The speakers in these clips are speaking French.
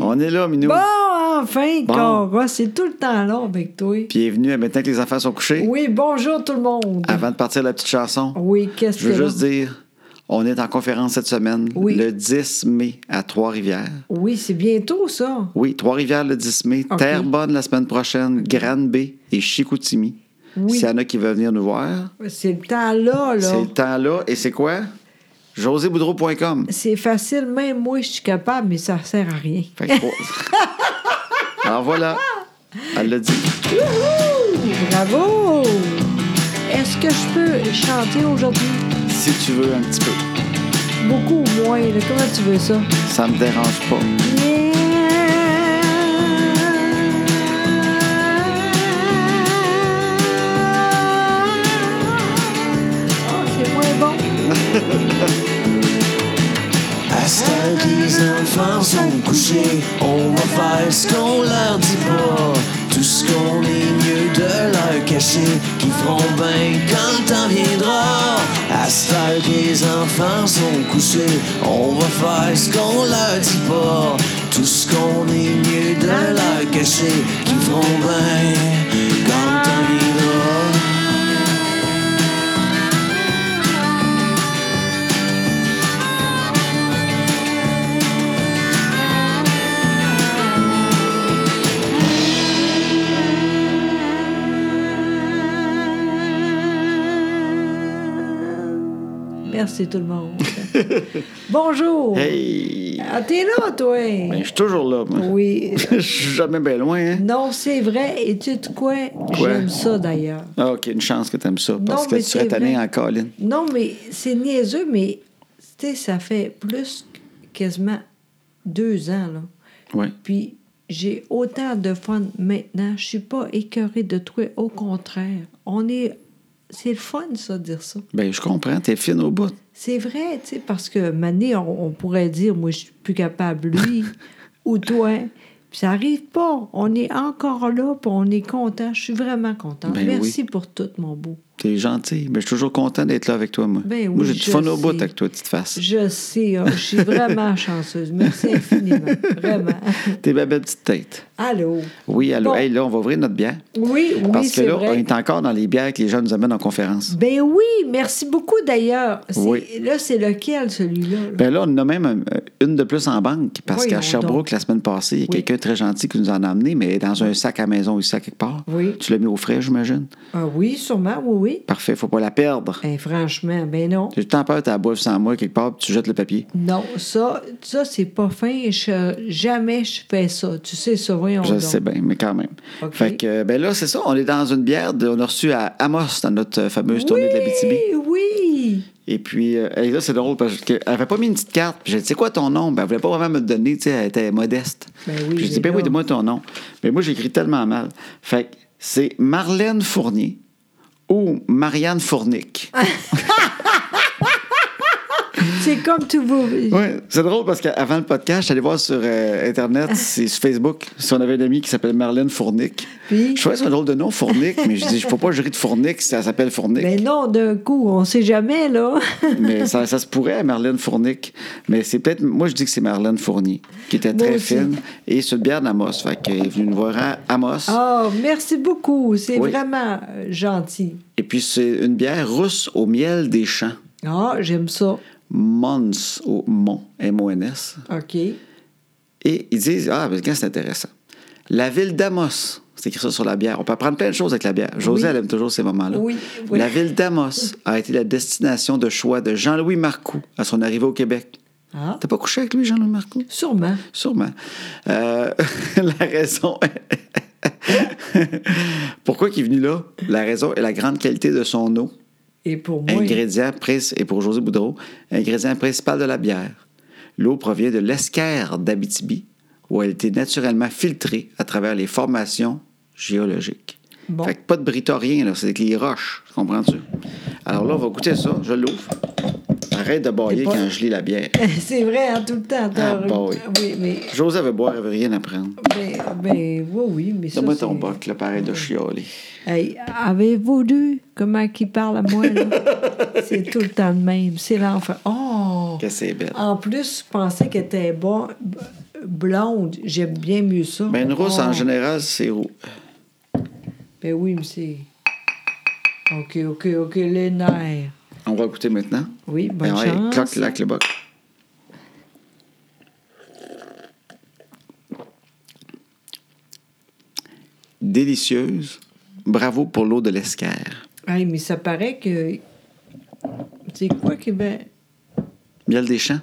On est là, Minou. Ah Bon, enfin, Bon. Cora, c'est tout le temps là avec toi. Bienvenue à maintenant que les enfants sont couchés. Oui, bonjour tout le monde. Avant de partir la petite chanson, Oui, qu'est-ce Ah, je que veux juste dire, on est en conférence cette semaine, Oui. le 10 mai à Trois-Rivières. Oui, c'est bientôt ça. Oui, Trois-Rivières le 10 mai, Ok. Terrebonne la semaine prochaine, Grande Bay et Chicoutimi. Oui. S'il y en a qui veulent venir nous voir, C'est le temps là, là. c'est le temps là. Et c'est quoi? joséboudreau.com. C'est facile, même moi, je suis capable, mais ça sert à rien. Fait que faut- Alors voilà, elle l'a dit. Bravo! Est-ce que je peux chanter aujourd'hui? Si tu veux un petit peu, Beaucoup ou moins, là. Comment tu veux ça? ça me dérange pas. Oh, c'est moins bon. À ce temps que les enfants sont couchés, on va faire ce qu'on leur dit pas. Tout ce qu'on est mieux de leur cacher, qui feront bien quand le temps viendra. À ce temps que les enfants sont couchés, on va faire ce qu'on leur dit pas. Tout ce qu'on est mieux de leur cacher, qui feront bien quand le temps viendra. Merci tout le monde. Bonjour. Hey! Ah, t'es là, toi? Ben, je suis toujours là, moi. Oui. Je suis jamais bien loin, hein? Non, c'est vrai. Et tu sais de quoi? J'aime ça, d'ailleurs. Ah, OK, une chance que t'aimes ça, parce que mais tu serais c'est tanné vrai. en colline. Non, mais c'est niaiseux, mais tu sais, ça fait plus quasiment deux ans, là. Oui. Puis j'ai autant de fun maintenant. Je suis pas écœurée de toi. Au contraire, on est. C'est le fun, ça, de dire ça. Ben, je comprends, t'es fine au bout. C'est vrai, tu sais, parce que Mané, on, on pourrait dire, moi, je suis plus capable, lui, ou toi. Puis ça arrive pas. On est encore là, puis on est content. Je suis vraiment contente. Ben oui. Merci pour tout, mon beau. T'es gentil. Ben, je suis toujours content d'être là avec toi, moi. Ben oui, moi, j'ai du je fun au bout sais. avec toi, petite face. Je sais, hein, je suis vraiment chanceuse. Merci infiniment. Vraiment. T'es ma belle petite tête. Allô? Oui, allô. Bon. Hey, là, on va ouvrir notre bière. Oui, oui, Parce que c'est là, vrai. on est encore dans les bières que les gens nous amènent en conférence. Ben oui, merci beaucoup d'ailleurs. C'est- Oui. Là, c'est lequel celui-là? là? Ben là, on en a même euh, une de plus en banque, parce Voyons qu'à Sherbrooke, donc. la semaine passée, il y a Oui. quelqu'un de très gentil qui nous en a amené, mais dans un sac à maison ici, à quelque part. Oui. Tu l'as mis au frais, j'imagine. Ah oui, sûrement, oui, oui. Parfait, faut pas la perdre. Ben, franchement, ben non. J'ai tant peur que tu la boives sans moi quelque part, puis tu jettes le papier. Non, ça, ça c'est pas fin. Je- jamais je fais ça. Tu sais ça, voyons Je donc. sais bien, mais quand même. OK. Fait que, euh, ben là, c'est ça, on est dans une bière. de- on a reçu à Amos dans notre euh, fameuse tournée de la BTB. Oui, oui. Et puis, euh, et là, c'est drôle parce qu'elle avait pas mis une petite carte. Puis j'ai dit, c'est quoi ton nom? Ben, elle voulait pas vraiment me le donner, tu sais, elle était modeste. Ben oui, Puis j'ai dit, mais ben oui, là- dis-moi ton nom. Mais moi, j'écris tellement mal. Fait que c'est Marlène Fournier ou Marianne Fournic. C'est comme tu veux. Oui, c'est drôle parce qu'avant le podcast, j'allais voir sur euh, Ah. Internet, c'est sur Facebook, si on avait une amie qui s'appelle Marlène Fournic. Puis? Je trouvais que c'est un drôle de nom, Fournic, mais je dis, faut pas jurer de Fournic si ça s'appelle Fournic. Ben non, d'un coup, on sait jamais, là. Mais ça, ça se pourrait, Marlène Fournic. Mais c'est peut-être. Moi, je dis que c'est Marlène Fournier, qui était Moi très aussi. fine. Et ce bière d'Amos. Fait qu'elle est venue nous voir à Amos. Oh, merci beaucoup. C'est Oui. vraiment euh, gentil. Et puis, c'est une bière russe au miel des champs. Ah, j'aime ça. Mons, au Mont, M-O-N-S. OK. Et ils disent Ah, ben, quand c'est intéressant. La ville d'Amos. C'est écrit ça sur la bière. On peut apprendre plein de choses avec la bière. José, Oui. elle aime toujours ces moments-là. Oui, oui. La ville d'Amos a été la destination de choix de Jean-Louis Marcoux à son arrivée au Québec. Ah, T'as pas couché avec lui, Jean-Louis Marcoux? sûrement. Sûrement. Euh, la raison. Pourquoi il est venu là? La raison est la grande qualité de son eau, Et pour moi. ingrédient principal, et pour José Boudreau, ingrédient principal de la bière. L'eau provient de l'esquerre d'Abitibi, où elle était naturellement filtrée à travers les formations géologiques. Bon. Fait que pas de britorien, là, c'est avec les roches, comprends-tu? Alors là, on va goûter ça, je l'ouvre. Arrête de bailler pas- quand je lis la bière. C'est vrai, hein, tout le temps. t'as- Ah, boy. Oui, mais. José veut boire, elle veut rien apprendre. Ben, ben, oui, oui, mais ça. Donne-moi c'est- ton boc, là, pareil de chioler. Hey, avez-vous vu comment il parle à moi, là? c'est tout le temps le même. C'est l'enfer. Oh! Que c'est bête. En plus, je pensais qu'elle était bon, blonde, j'aime bien mieux ça. Mais Ben, une rousse, en Oh. général, c'est roux. Ben oui, mais c'est. OK, OK, OK, les nerfs. On va écouter maintenant. Oui, bonne Ah ouais, chance. clac, clac, le bac. Délicieuse. Bravo pour l'eau de l'esquerre. Hey, mais ça paraît que. C'est quoi qui ben. Miel des champs.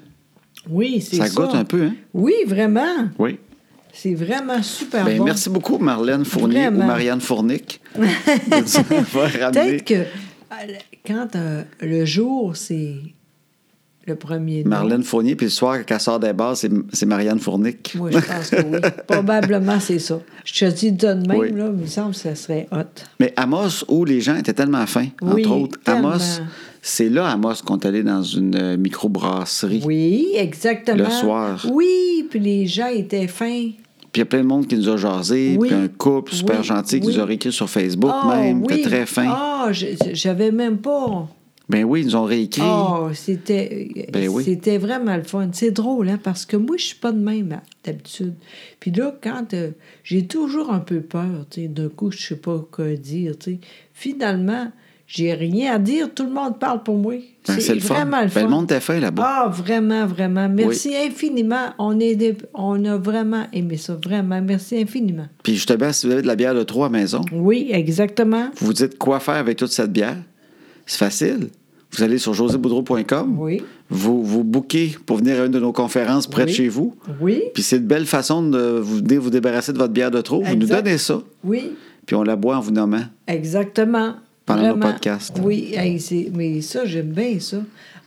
Oui, c'est ça. Ça goûte un peu, hein? Oui, vraiment. Oui. C'est vraiment super Ben, Ah bon. Merci beaucoup, Marlène Fournier Vraiment. ou Marianne Fournic. de nous avoir ramené Peut-être que à la- quand euh, le jour, c'est le premier nom. Marlène Fournier, puis le soir, quand elle sort des bars, c'est c'est Marianne Fournic. Moi, je pense que oui. Probablement, c'est ça. Je te dis de même, Oui. là, il me semble que ça serait hot. Mais Amos, où les gens étaient tellement fins, Oui, entre autres. tellement. Amos, c'est là, Amos, qu'on est allé dans une euh, microbrasserie. Oui, exactement. Le soir. Oui, puis les gens étaient fins. Puis il y a plein de monde qui nous a jasé, Oui. puis un couple super Oui. gentil qui Oui. Ah, nous a réécrit sur Facebook même, oui. c'était très fin. Ah, je- j'avais même pas. Ben oui, ils nous ont réécrit. Ah, c'était Ben oui. c'était vraiment le fun. C'est drôle, hein, parce que moi, je suis pas de même hein, d'habitude. Puis là, quand euh, j'ai toujours un peu peur, tu sais, d'un coup, je sais pas quoi dire, tu sais. Finalement, j'ai rien à dire, tout le monde parle pour moi. Ben, c'est c'est le fun. vraiment le fun. Ben, le monde était fin là-bas. Ah, vraiment, vraiment. Merci infiniment. On, est des- on a vraiment aimé ça. Vraiment. Merci infiniment. Puis justement, si vous avez de la bière de trois maisons, Oui, exactement. vous vous dites quoi faire avec toute cette bière. C'est facile. Vous allez sur joséboudreau.com, Oui. vous vous bookez pour venir à une de nos conférences près de Oui. chez vous. Oui. Puis c'est une belle façon de vous venir vous débarrasser de votre bière de trop. Vous nous Exact. donnez ça, Oui. puis on la boit en vous nommant. Exactement. Pendant nos Vraiment. podcasts. Oui, hey, c'est- mais ça, j'aime bien ça.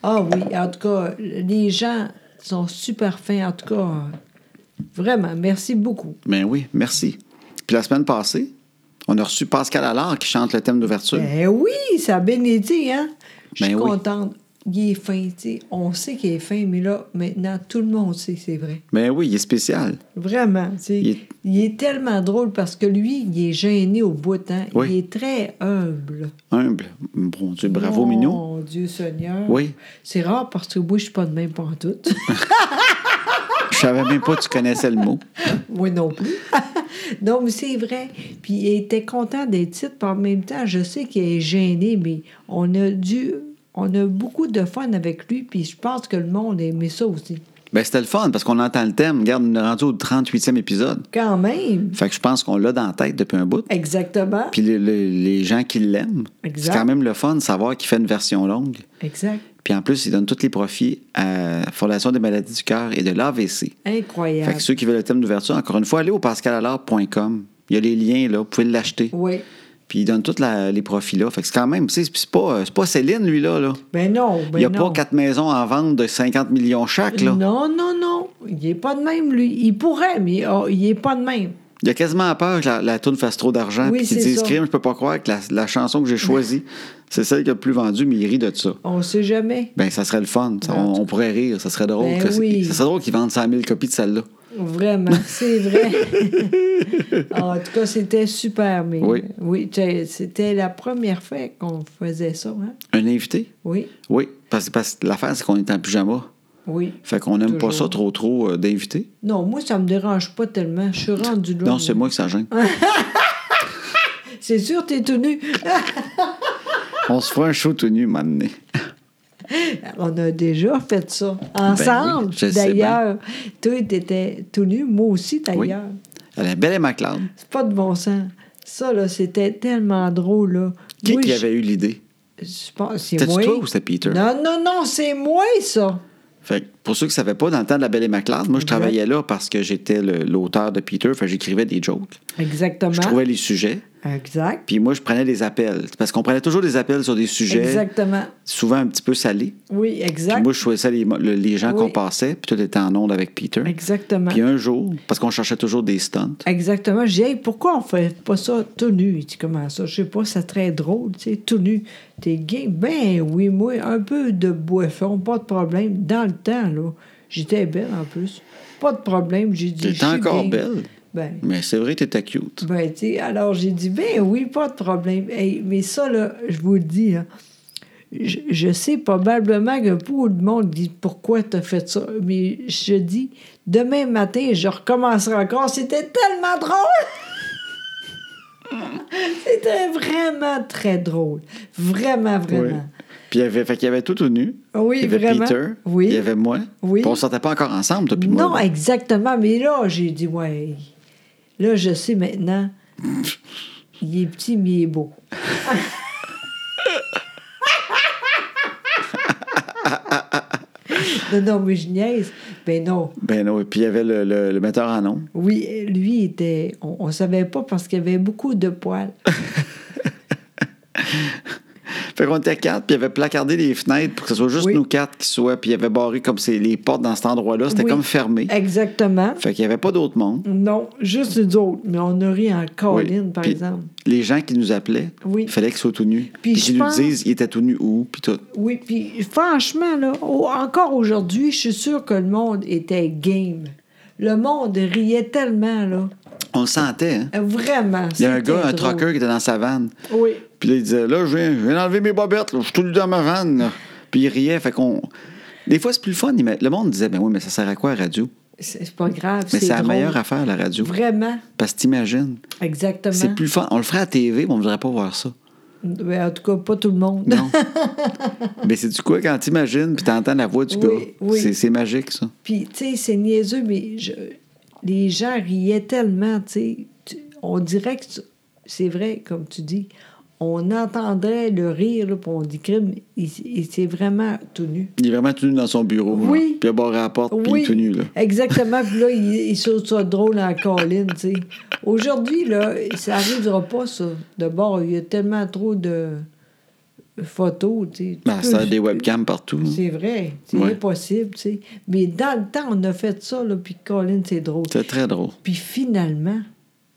Ah oui, en tout cas, les gens sont super fins. En tout cas, euh, vraiment, merci beaucoup. Ben oui, merci. Puis la semaine passée, on a reçu Pascal Allard qui chante le thème d'ouverture. Ben oui, ça a bien été, hein? Je suis Ben oui. contente. Il est fin, tu sais. On sait qu'il est fin, mais là, maintenant, tout le monde sait, que c'est vrai. Ben oui, il est spécial. Vraiment, tu sais. Il Il est- est... tellement drôle parce que lui, il est gêné au bout de temps. Oui. Il est très humble. Humble. Bon Dieu, bravo, Mon Mignot. Dieu Seigneur. Oui. C'est rare parce que moi, je suis pas de même pantoute. Je savais même pas que tu connaissais le mot. moi non plus. non, mais c'est vrai. Puis il était content d'être titres, en même temps, je sais qu'il est gêné, mais on a dû... On a beaucoup de fun avec lui, puis je pense que le monde a aimé ça aussi. Ben c'était le fun parce qu'on entend le thème. Regarde, on est rendu au 38e épisode. Quand même. Fait que je pense qu'on l'a dans la tête depuis un bout. Exactement. Puis le- le- les gens qui l'aiment, c'est Exact. quand même le fun de savoir qu'il fait une version longue. Exact. Puis en plus, il donne tous les profits à la Fondation des maladies du cœur et de l'AVC. Fait Incroyable. que ceux qui veulent le thème d'ouverture, encore une fois, allez au pascalalard.com. Il y a les liens, là. Vous pouvez l'acheter. Oui. Puis il donne tous la- les profits, là. Fait que c'est quand même, tu sais, c'est pas, c'est pas Céline, lui, là. là. Ben non, ben il n'y a non. pas quatre maisons en vente de 50 millions chaque, là. Non, non, non. Il n'est pas de même, lui. Il pourrait, mais oh, il n'est pas de même. Il y a quasiment peur que la, la toune fasse trop d'argent. Oui, puis qu'ils c'est disent, ça. crime, je peux pas croire que la, la chanson que j'ai choisie, c'est celle qui a le plus vendu, mais il rit de ça. On ne sait jamais. Ben, ça serait le fun. Ça, Ben, en on, tout on pourrait rire. Ça serait drôle. Ben que c'est- oui. Ça serait drôle qu'ils vendent 100 000 copies de celle-là. Vraiment, c'est vrai. en tout cas, c'était super. Mais Oui. oui t'as- c'était la première fois qu'on faisait ça. Hein? Un invité? Oui, Oui. Parce, parce que l'affaire, c'est qu'on est en pyjama. oui. Fait qu'on n'aime pas Toujours. ça trop, trop euh, d'invités. Non, moi, ça me dérange pas tellement. Je suis rendue loin. Non, c'est moi que ça gêne. Ah. C'est sûr, t'es tout nu. On se fera un show tout nu, maintenant. On a déjà fait ça. Ensemble, Ben oui, je sais d'ailleurs. Toi, t'étais tout nu. Moi aussi, Oui. d'ailleurs. Elle est belle et McLeod. C'est pas de bon sens. Ça, là, c'était tellement drôle, là. Qui, Moi, qui je- avait eu l'idée? je pense- c'est C'était-tu moi. toi ou c'était Peter? Non, non, non, c'est moi, ça. Fait que pour ceux qui ne savaient pas, dans le temps de la Belle et McLeod, moi, je travaillais là parce que j'étais le- l'auteur de Peter. Fait que j'écrivais des jokes. Exactement. Je trouvais les sujets. Exact. Puis moi, je prenais des appels. Parce qu'on prenait toujours des appels sur des sujets Exactement. souvent un petit peu salés. Oui, exact. Puis moi, je choisissais les, le- les gens Oui. qu'on passait, puis tout était en onde avec Peter. Exactement. Puis un jour, parce qu'on cherchait toujours des stunts, Exactement. J'ai dit, Hey, pourquoi on fait pas ça tout nu? Il dit, comment ça? Je sais pas, c'est très drôle, tu sais, tout nu. T'es gay? Ben oui, moi, un peu de boiffon, pas de problème. Dans le temps, là, j'étais belle en plus. Pas de problème, j'ai dit. T'étais je suis encore gay. belle. Ben, mais c'est vrai, t'étais cute. ben tu sais, alors j'ai dit, ben oui, pas de problème. Hey, mais ça, là, je vous le dis, là, je, je sais probablement que beaucoup de monde dit pourquoi t'as fait ça, mais je dis demain matin, je recommencerai encore. C'était tellement drôle! C'était vraiment très drôle. Vraiment, Oui. vraiment. Puis il y avait, fait qu'il y avait tout au nu. Oui, il y avait vraiment. Peter. Oui. Il y avait moi. Oui. Puis on sortait pas encore ensemble, toi puis moi. Non, exactement. Mais là, j'ai dit, ouais, là, je sais maintenant. Il est petit, mais il est beau. non, non, mais je niaise. Ben non. Ben non. Et puis il y avait le, le- le metteur en nom. Oui, lui, il était. On ne savait pas parce qu'il y avait beaucoup de poils. Fait qu'on était quatre, puis il avait placardé les fenêtres pour que ce soit juste Oui. nous quatre qui soient, puis il avait barré comme c'est les portes dans cet endroit-là. C'était Oui. comme fermé. Exactement. Fait qu'il n'y avait pas d'autre monde. Non, juste les autres. Mais on a ri en colline, Oui. par Puis exemple. Les gens qui nous appelaient, Oui. il fallait qu'ils soient tout nus. Puis Puis je qu'ils nous pense- disent ils étaient tout nus où, puis tout. Oui, puis franchement, là, au- encore aujourd'hui, je suis sûre que le monde était game. Le monde riait tellement, là. On le sentait, hein? Vraiment. Il y a un Euh, c'était gars, un drôle. trucker qui était dans sa vanne. Oui. Puis là, il disait Là, je viens, je viens enlever mes bobettes, là, je suis tout nu dans ma vanne. là. Puis il riait. Fait qu'on. Des fois, c'est plus le fun. il met- Le monde disait Ben oui, mais ça sert à quoi la radio? C'est c'est pas grave. Mais c'est la drôle. meilleure affaire, la radio. Vraiment. Parce que t'imagines, Exactement. c'est plus le fun. On le ferait à TV, mais on ne voudrait pas voir ça. Ben, en tout cas, pas tout le monde. Non. mais c'est du quoi quand t'imagines puis t'entends la voix du Oui, gars? oui. C'est- C'est magique, ça. Puis, tu sais, c'est niaiseux, mais je- les gens riaient tellement, tu sais. Tu- On dirait que tu- c'est vrai, comme tu dis, on entendrait le rire, là, puis on dit crime, il, il s'est vraiment tout nu. Il est vraiment tout nu dans son bureau. Oui. là. Puis il a barré la porte, puis il est tout nu, là. Exactement. Puis là, il, il saute ça drôle en colline, tu sais. Aujourd'hui, là, ça n'arrivera pas, ça. D'abord, il y a tellement trop de photos, tu sais. Ben, Tu ça a peux- des webcams partout. là. C'est vrai. C'est Ouais. impossible, tu sais. Mais dans le temps, on a fait ça, là, puis colline, c'est drôle. C'est très drôle. Puis finalement,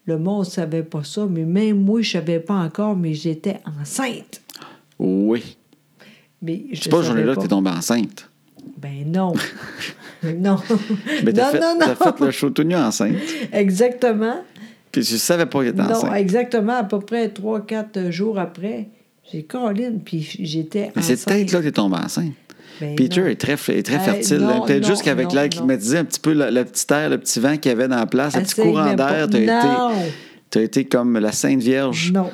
le monde savait pas ça, mais même moi, je savais pas encore, mais j'étais enceinte. Oui. Mais je C'est pas savais cette journée-là que pas. t'es tombée enceinte. Ben non. non. Mais non, t'as fait, non, t'as non, fait le show tout nu enceinte. Exactement. Puis tu savais pas que t'étais Non, enceinte. exactement, à peu près 3-4 jours après, j'ai Colin, puis j'étais Mais c'est peut-être là que t'es tombée enceinte. Ben Peter non. est très, est très Euh, fertile. non, là. Peut-être non, juste qu'avec non, l'air non. climatisé, un petit peu le, le petit air, le petit vent qu'il y avait dans la place, le petit Essaye courant même pas. d'air, Non. t'as été, t'as été comme la Sainte Vierge Non.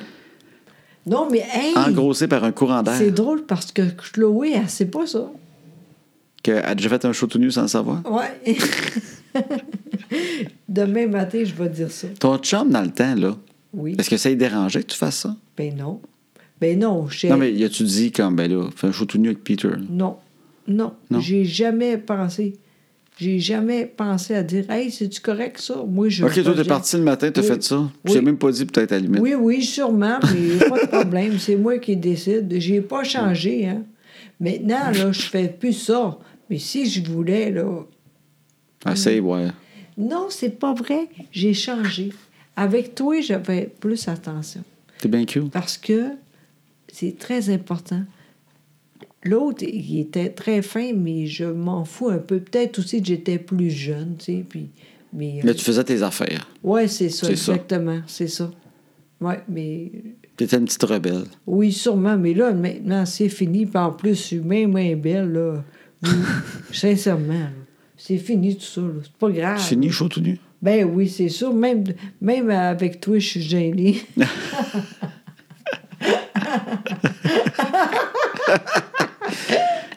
Non, mais hey! engrossée par un courant d'air. C'est drôle parce que Chloé, elle sait pas ça. Qu'elle a déjà fait un show tout nu sans le savoir. Ouais. Demain matin, je vais dire ça. Ton chum, dans le temps, là, Oui. est-ce que ça lui dérangeait que tu fasses ça? Ben non. Ben non, je sais- Non, mais y a-tu dit comme, ben là, fais un show tout nu avec Peter? là? Non. Non. Non. J'ai jamais pensé. J'ai jamais pensé à dire Hey, c'est-tu correct ça? Moi, je. Ok, toi, t'es rejette. parti le matin, t'as Oui. fait ça. Tu Oui. sais même pas dit peut-être à la limite. Oui, oui, sûrement, mais y a pas de problème. C'est moi qui décide. J'ai pas changé, hein. Maintenant, là, je fais plus ça. Mais si je voulais, là. Essaye, Ah, ouais. Non, c'est pas vrai. J'ai changé. Avec toi, j'avais plus attention. T'es bien cute. Parce que c'est très important. L'autre, il était très fin, mais je m'en fous un peu. Peut-être aussi que j'étais plus jeune, tu sais, puis... Mais, Mais tu faisais tes affaires. Oui, c'est ça, C'est ça. exactement, c'est ça. Oui, mais T'étais une petite rebelle. Oui, sûrement, mais là, maintenant, c'est fini. Puis en plus, je suis bien, bien belle, là. Oui, Sincèrement, là. c'est fini tout ça, là. C'est pas grave. C'est ni chaud tout nu. Ben oui, c'est sûr. Même, même avec toi, je suis gênée.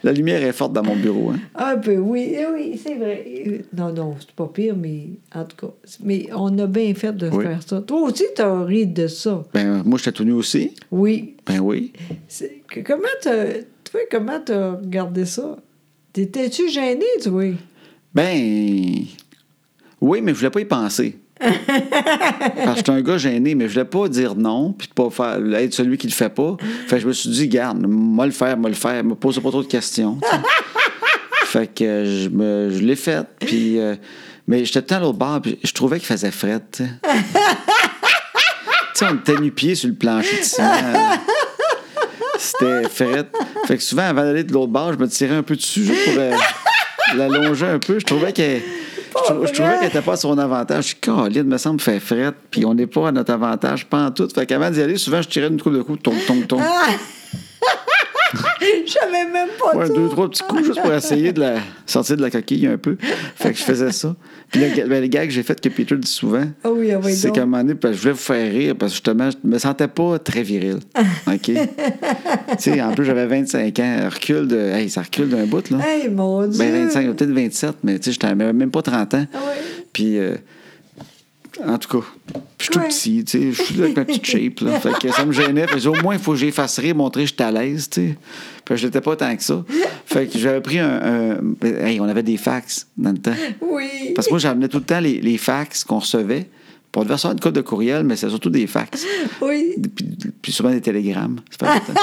La lumière est forte dans mon bureau, hein. Un peu, oui, eh oui, c'est vrai. Euh, Non, non, c'est pas pire, mais en tout cas. Mais on a bien fait de Oui. faire ça. Toi aussi, t'as ri de ça. Ben, euh, moi, j'étais tout nu aussi. Oui. Ben oui. C'est- que- Comment t'as... Toi, comment t'as regardé ça? T'étais-tu gênée, toi? Ben. Oui, mais je voulais pas y penser. Parce que j'étais un gars gêné, mais je voulais pas dire non, puis de pas faire, être celui qui le fait pas. Fait que je me suis dit, garde, moi le faire, moi le faire, me pose pas trop de questions. tu sais. fait que euh, je, me- je l'ai fait, puis. euh, mais j'étais tout le temps à l'autre bar, puis je trouvais qu'il faisait fret, tu sais. Tu sais, on était nu-pieds sur le plancher de ciment. là. C'était fret. Fait que souvent, avant d'aller de l'autre bord, je me tirais un peu dessus juste pour euh, l'allonger un peu. Je trouvais qu'elle. Je, trou- je trouvais vrai. qu'elle n'était pas à son avantage. Je suis Caroline, me semble, fait fret, puis on n'est pas Ah, à notre avantage, pas en tout. Fait qu'avant d'y aller, souvent, je tirais une coupe de coups, ton, ton, ton. Je savais même pas Ouais, ça. deux, trois petits coups juste pour essayer de la sortir de la coquille un peu. Fait que je faisais ça. Puis le, ga- ben, le gag que j'ai fait que Peter dit souvent, Ah oui, ah oui, c'est donc. qu'à un moment donné, parce que je voulais vous faire rire parce que justement, je me sentais pas très viril. OK? tu sais, en plus, j'avais 25 ans. Recul de. Hey, ça recule d'un bout, là. Hey, mon Dieu. Ben, 25, peut-être 27, mais tu sais, j'étais même pas 30 ans. Ah ouais. Puis, euh, en tout cas, je suis tout Ouais. petit, tu sais, je suis avec ma petite shape, là. Fait que ça me gênait. Fait que au moins, il faut que j'efface rire, montrer que j'étais à l'aise, tu sais. Puis je l'étais pas tant que ça. Fait que j'avais pris un, un- Hey, on avait des fax dans le temps. Oui. Parce que moi, j'amenais tout le temps les, les fax qu'on recevait. Puis on devait recevoir une code de courriel, mais c'est surtout des fax. Oui. Puis, puis souvent des télégrammes. Ça fait longtemps.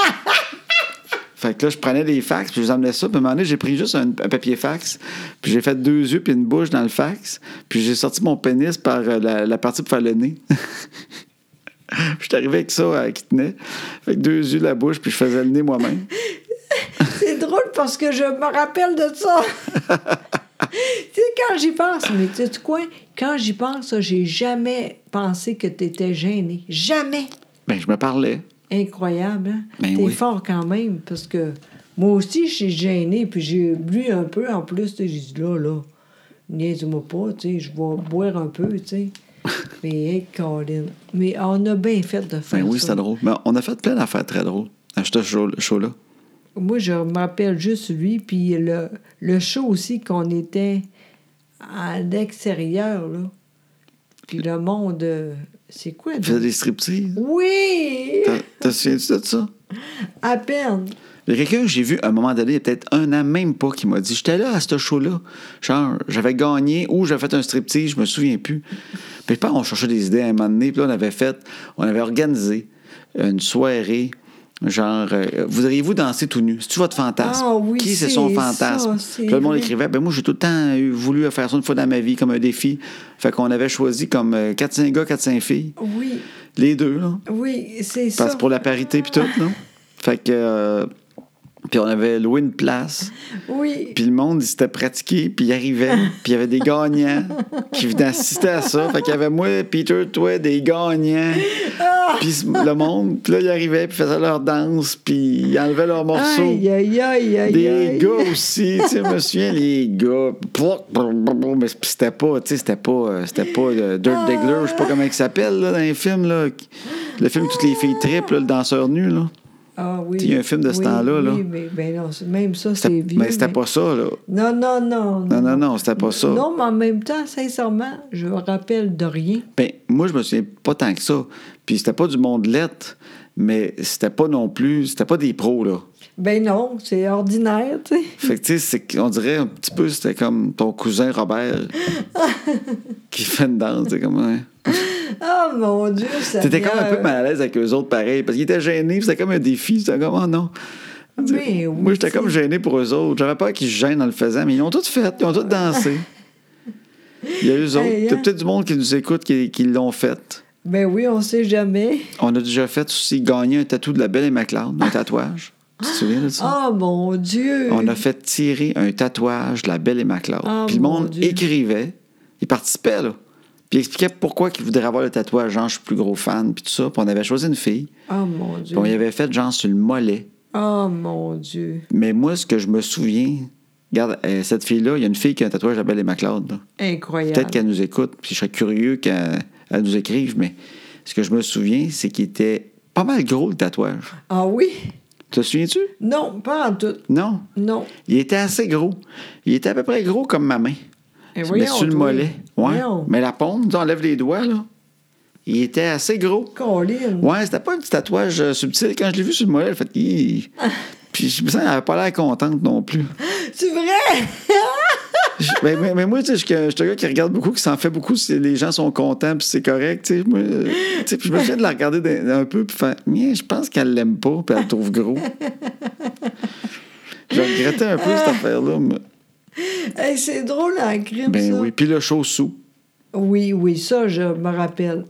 Fait que là, je prenais des fax, puis je les emmenais ça. Puis à un moment donné, j'ai pris juste un, un papier fax, puis j'ai fait deux yeux puis une bouche dans le fax, puis j'ai sorti mon pénis par euh, la, la partie pour faire le nez. Puis je suis arrivé avec ça euh, qui tenait. Fait que deux yeux, la bouche, puis je faisais le nez moi-même. C'est drôle parce que je me rappelle de ça. tu sais, quand j'y pense, mais tu sais quoi? Quand j'y pense, j'ai jamais pensé que tu étais gêné. Jamais. Ben, je me parlais. Incroyable, hein? Ben T'es oui. fort quand même, parce que moi aussi, je suis gênée, puis j'ai bu un peu en plus. tu sais, J'ai dit là, là, niaise-moi pas, tu sais, je vais boire un peu, tu sais. Mais, hey, Colin. Mais on a bien fait de Ben faire oui, ça. c'était drôle. Mais on a fait plein d'affaires très drôles à ce show- show-là. Moi, je me rappelle juste lui, puis le, le show aussi qu'on était à l'extérieur, là. Puis le monde. euh, C'est quoi? On faisait donc? des striptease. Oui! T'as- Te souviens-tu de ça? À peine. Il y a quelqu'un que j'ai vu à un moment donné, il y a peut-être un an, même pas, qui m'a dit J'étais là à ce show-là. Genre, j'avais gagné ou j'avais fait un striptease, je me souviens plus. Puis je pense qu'on cherchait des idées à un moment donné, puis là, on avait fait, on avait organisé une soirée. Genre, euh, voudriez-vous danser tout nu? C'est-tu votre fantasme? Ah oui, Qui c'est c'est son ça, fantasme? c'est Puis là, le monde vrai. écrivait, ben moi, j'ai tout le temps eu- voulu faire ça une fois dans ma vie comme un défi. Fait qu'on avait choisi comme euh, 4-5 gars, 4-5 filles. Oui, Les deux, là. oui, c'est ça. Parce pour la parité puis tout, non? Fait que. euh, puis on avait loué une place. Oui. Puis le monde, il s'était pratiqué, puis il arrivait. Puis il y avait des gagnants qui venaient assister à ça. Fait qu'il y avait moi, Peter, toi, des gagnants. Ah! Puis ce- le monde, puis là, ils arrivaient, puis faisaient leur danse, puis ils enlevaient leurs morceaux. Aïe, aïe, aïe, aïe, Des aï. gars aussi, tu sais, je me souviens, les gars. plouc, brou, brou, brou, Mais c'était pas, tu sais, c'était pas, euh, c'était pas euh, Ah. Dirt Diggler, je sais pas comment il s'appelle, là, dans les films, là. Le film Toutes les filles trippent, là, le danseur nu, là. Ah oui. Il y a un film de ce Oui, temps-là, là. Oui, mais ben non, c'est- même ça, c'est C'était- vieux. Mais c'était pas ça, là. Non, non, non. Non, non, non, c'était pas ça. Non, mais en même temps, sincèrement, je me rappelle de rien. Ben, moi, je me souviens pas tant que ça. Puis c'était pas du monde lettre, mais c'était pas non plus, c'était pas des pros, là. Ben non, c'est ordinaire, tu sais. Fait que, tu sais, c'est qu- on dirait un petit peu, c'était comme ton cousin Robert qui fait une danse, tu sais, comme... hein. Oh mon Dieu, ça. T'étais vient, comme un peu euh, mal à l'aise avec eux autres, pareil, parce qu'ils étaient gênés, puis c'était comme un défi, c'était comme, oh non. Tu sais, Mais oui, moi, j'étais tu sais. comme gêné pour eux autres. J'avais peur qu'ils se gênent en le faisant, mais ils ont tout fait, ils ont tout dansé. Il y a eux autres. Hey, Il y a hein. peut-être du monde qui nous écoute qui, qui l'ont fait. Ben oui, on sait jamais. On a déjà fait aussi gagner un tatou de la Belle et McLeod, un tatouage. Tu te souviens de ça? Oh mon Dieu. On a fait tirer un tatouage de la Belle et McLeod. Ah, Puis le mon monde Dieu. écrivait, il participait, là. Puis il expliquait pourquoi il voudrait avoir le tatouage, genre, je suis plus gros fan, puis tout ça. Puis on avait choisi une fille, Oh mon Dieu. puis on y avait fait, genre, sur le mollet. Oh mon Dieu. Mais moi, ce que je me souviens, regarde, euh, cette fille-là, il y a une fille qui a un tatouage de la Belle et McLeod, là. Incroyable. Peut-être qu'elle nous écoute, puis je serais curieux qu'elle elle nous écrive, mais ce que je me souviens, c'est qu'il était pas mal gros, le tatouage. Ah oui? Te souviens-tu? Non, pas en tout. Non. Non. Il était assez gros. Il était à peu près gros comme ma main. Eh, mais voyons, sur le toi. mollet. Ouais. Voyons. Mais la pompe, on lève les doigts, là. Il était assez gros. Colline. Ouais, c'était pas un petit tatouage euh, subtil. Quand je l'ai vu sur le mollet, j'ai fait. Ih. Puis je me sens qu'elle avait pas l'air contente non plus. C'est vrai? Je- ben, mais, mais moi, tu sais, je suis un- je suis un gars qui regarde beaucoup, qui s'en fait beaucoup si les gens sont contents, puis c'est correct. Tu sais, moi, euh, tu sais, puis je me souviens de la regarder d'un- un, peu, puis faire, Mien, je pense qu'elle l'aime pas, puis elle le trouve gros. Je regrettais un peu cette affaire-là. mais- Hey, c'est drôle en crime, Ben ça. oui. Puis le show sous. Oui, oui, ça, je me rappelle.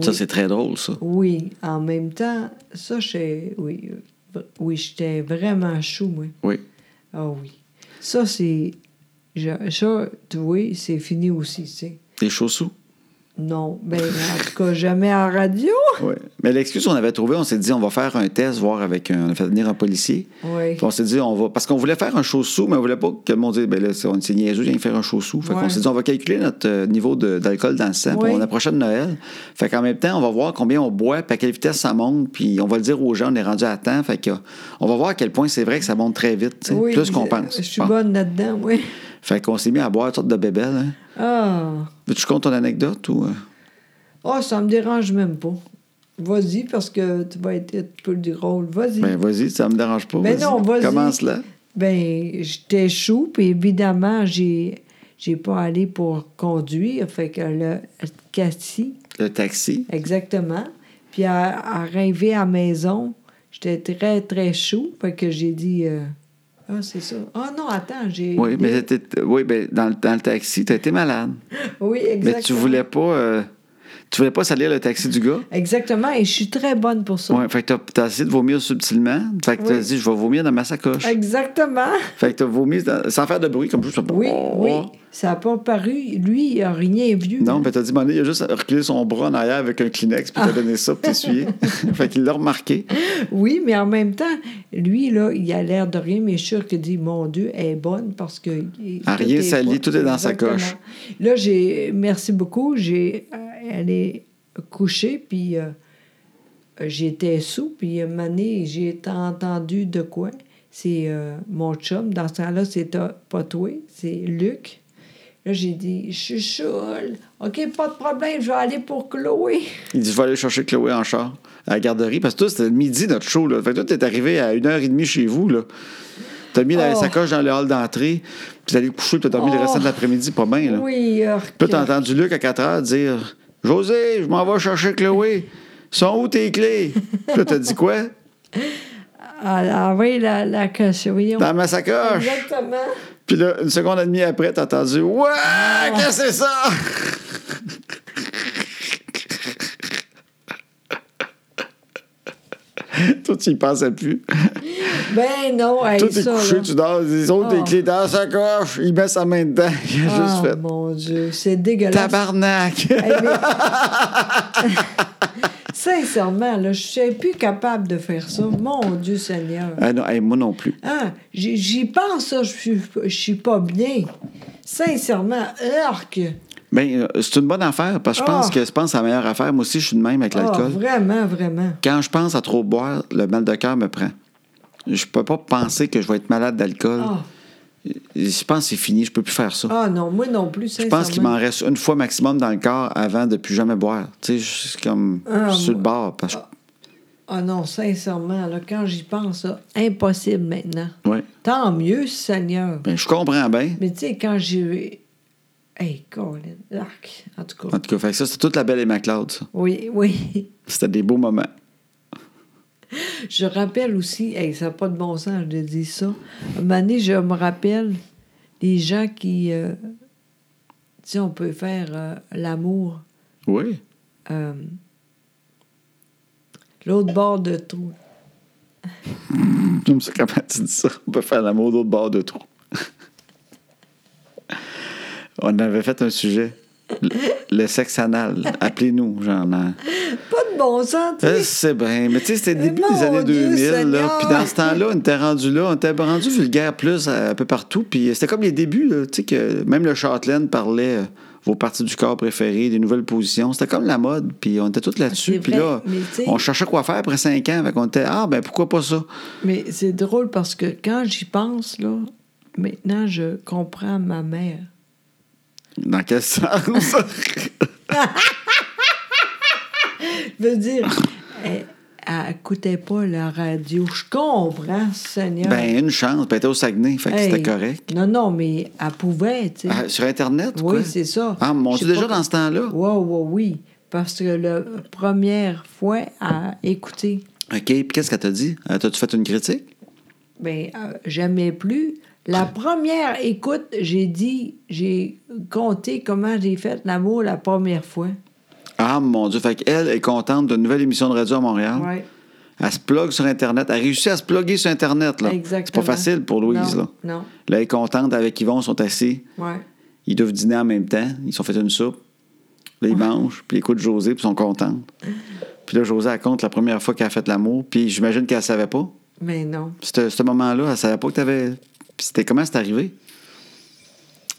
Ça, Oui. c'est très drôle, ça. Oui, en même temps, ça, j'ai- oui, euh, oui, j'étais vraiment chou, moi. Oui. Ah oui. Ça, c'est. je- Ça, tu vois, c'est fini aussi, tu sais. Les shows sous. Non, ben en tout cas, jamais en radio. Ouais. Mais l'excuse qu'on avait trouvée, on s'est dit, on va faire un test, voir avec un, on a fait venir un policier. Oui. Puis on s'est dit, on va. Parce qu'on voulait faire un show sous, mais on voulait pas que le monde dise, ben là, c'est on- c'est niaiseux, viens faire un show sous. Fait Ouais. qu'on s'est dit, on va calculer notre euh, niveau de- d'alcool dans le sang. Puis Oui. on approchait de Noël. Fait qu'en même temps, on va voir combien on boit, puis à quelle vitesse ça monte, puis on va le dire aux gens, on est rendu à temps. Fait que, euh, on va voir à quel point c'est vrai que ça monte très vite, tu sais, Oui, plus qu'on je- pense. Je suis Bon. bonne là-dedans, oui. Fait qu'on s'est mis à boire toutes sortes de bébelles. hein. Ah, Veux-tu que je compte ton anecdote ou. euh? oh, ça me dérange même pas. Vas-y, parce que tu vas être un peu drôle. Vas-y. Ben, Ben, vas-y, ça me dérange pas. Ben non, vas-y. Commence là. Ben, j'étais chou, puis évidemment, j'ai j'ai pas allé pour conduire. Fait que le Cathy, Le taxi. Exactement. Puis à, à arriver à la maison, j'étais très, très chaud. Fait que j'ai dit euh, Ah, c'est ça. Ah non, attends, j'ai. Oui, mais t'étais- oui, ben, dans, le- dans le taxi, t'as été malade. Oui, exactement. Mais tu voulais pas. euh, tu voulais pas salir le taxi du gars. Exactement, et je suis très bonne pour ça. Ouais, fait que t'as- t'as essayé de vomir subtilement. Fait que t'as Oui. dit, je vais vomir dans ma sacoche. Exactement. Fait que t'as vomi dans- sans faire de bruit, comme juste. Oui, oui. Ça n'a pas paru. Lui, il n'a rien vu. Non, mais t'as dit, Mané, il a juste reculé son bras en arrière avec un Kleenex, Ah. puis t'as donné ça pour t'essuyer. fait qu'il l'a remarqué. Oui, mais en même temps, lui, là, il a l'air de rien, mais je suis sûre qu'il dit Mon Dieu, elle est bonne parce que. il- À Ah, rien sali, bon. tout est dans sa Exactement. coche. Là, j'ai. Merci beaucoup. J'ai. euh, Elle est couchée, puis euh, j'étais sous, puis euh, Mané, j'ai entendu de quoi. C'est euh, mon chum. Dans ce temps-là, c'est ta- pas toi, c'est Luc. Là, j'ai dit, je suis choule. OK, pas de problème, je vais aller pour Chloé. Il dit, je vais aller chercher Chloé en char à la garderie. Parce que toi, c'était le midi, notre show. Là. Fait que toi, t'es arrivé à 1h30 chez vous. là. T'as mis la Oh. sacoche dans le hall d'entrée, puis t'es allé te coucher, puis t'as dormi le Oh. restant de l'après-midi pas bien. Là. Oui, euh, Puis là, t'as entendu Luc à 4 heures dire José, je m'en vais chercher Chloé. Sont où tes clés? Puis là, t'as dit quoi? Ah, ah oui, la, la cache, voyons. Dans ma sacoche. Exactement. Puis là, une seconde et demie après, t'as entendu Ouais, Ah. qu'est-ce que c'est ça? Toi, tu y pensais plus. Ben non, hey, Toi, t'es ça, couché, là. tu dors, ils ont tes Ah. clés dans sa coche, il met sa main dedans, il a Ah, juste fait mon Dieu, c'est dégueulasse. Tabarnak! Hey, mais- Sincèrement, là, je suis plus capable de faire ça. Mon Dieu Seigneur. Ah non, hey, moi non plus. Ah, j'y j'y pense, ça, je suis, je suis pas bien. Sincèrement, arc. Ben, euh, c'est une bonne affaire, parce que je pense Ah. que je pense à la meilleure affaire. Moi aussi, je suis de même avec Ah, l'alcool. vraiment, vraiment. Quand je pense à trop boire, le mal de cœur me prend. Je peux pas penser que je vais être malade d'alcool. Ah, Je pense que c'est fini, je peux plus faire ça. ah non, moi non plus, je sincèrement. pense qu'il m'en reste une fois maximum dans le corps avant de plus jamais boire. Tu sais, je suis comme Ah, je suis sur le moi- bord. Parce... que- Ah non, sincèrement, là, quand j'y pense, là, impossible maintenant. Ouais. Tant mieux, Seigneur. Ben, je comprends bien. Mais tu sais, quand j'ai. Hey, Colin, arc, en tout cas. En tout cas, fait que ça, c'était toute la belle et ma Claude, ça. Oui, oui. C'était des beaux moments. Je rappelle aussi, hey, ça n'a pas de bon sens de dire ça. À un moment donné, je me rappelle les gens qui. euh, tu sais, on peut faire euh, l'amour Oui. euh, l'autre bord de tout. J'aime ça comment tu dis ça. On peut faire l'amour d'autre bord de trou. On avait fait un sujet. Le, le sexe anal. Appelez-nous, genre. hein. Pas de bon sens, tu Euh, sais. C'est bien. Mais tu sais, c'était le Mais début mon des années Dieu 2000. Là. Seigneur! Puis dans ce temps-là, on était rendu là. On était rendu vulgaire plus euh, un peu partout. Puis c'était comme les débuts, là, tu sais, que même le Châtelaine parlait. euh, vos parties du corps préférées, des nouvelles positions. C'était comme la mode, puis on était tous là-dessus. C'est Puis vrai, là, mais tu sais- on cherchait quoi faire après cinq ans. Fait qu'on était, ah, ben pourquoi pas ça? Mais c'est drôle parce que quand j'y pense, là, maintenant, je comprends ma mère. Dans quel sens? Je veux dire, elle n'écoutait pas la radio. Je comprends, Seigneur. Ben, une chance. Ben, t'es au Saguenay, fait que Hey. c'était correct. Non, non, mais elle pouvait, tu sais. Ah, sur Internet, quoi? oui, c'est ça. Ah, mon Dieu, déjà dans ce temps-là? Oui, oui, oui. Parce que la première fois à écouter, OK, puis qu'est-ce qu'elle t'a dit? Euh, T'as-tu fait une critique? ben, euh, jamais plus. La première écoute, j'ai dit, j'ai compté comment j'ai fait l'amour la première fois. Ah, mon Dieu, fait qu'elle est contente d'une nouvelle émission de radio à Montréal. Oui. Elle se plug sur Internet. Elle réussit à se plugger sur Internet, là. Exactement. C'est pas facile pour Louise, Non, là. non. Là, elle est contente avec Yvon, ils sont assis. Ouais. Ils doivent dîner en même temps. Ils se sont fait une soupe. Là, ils mangent, puis ils écoutent José, puis ils sont contents. Puis là, José, elle compte la première fois qu'elle a fait l'amour, puis j'imagine qu'elle ne savait pas. Mais non. C'était- Ce moment-là, elle ne savait pas que tu avais. Puis c'était comment c'est arrivé?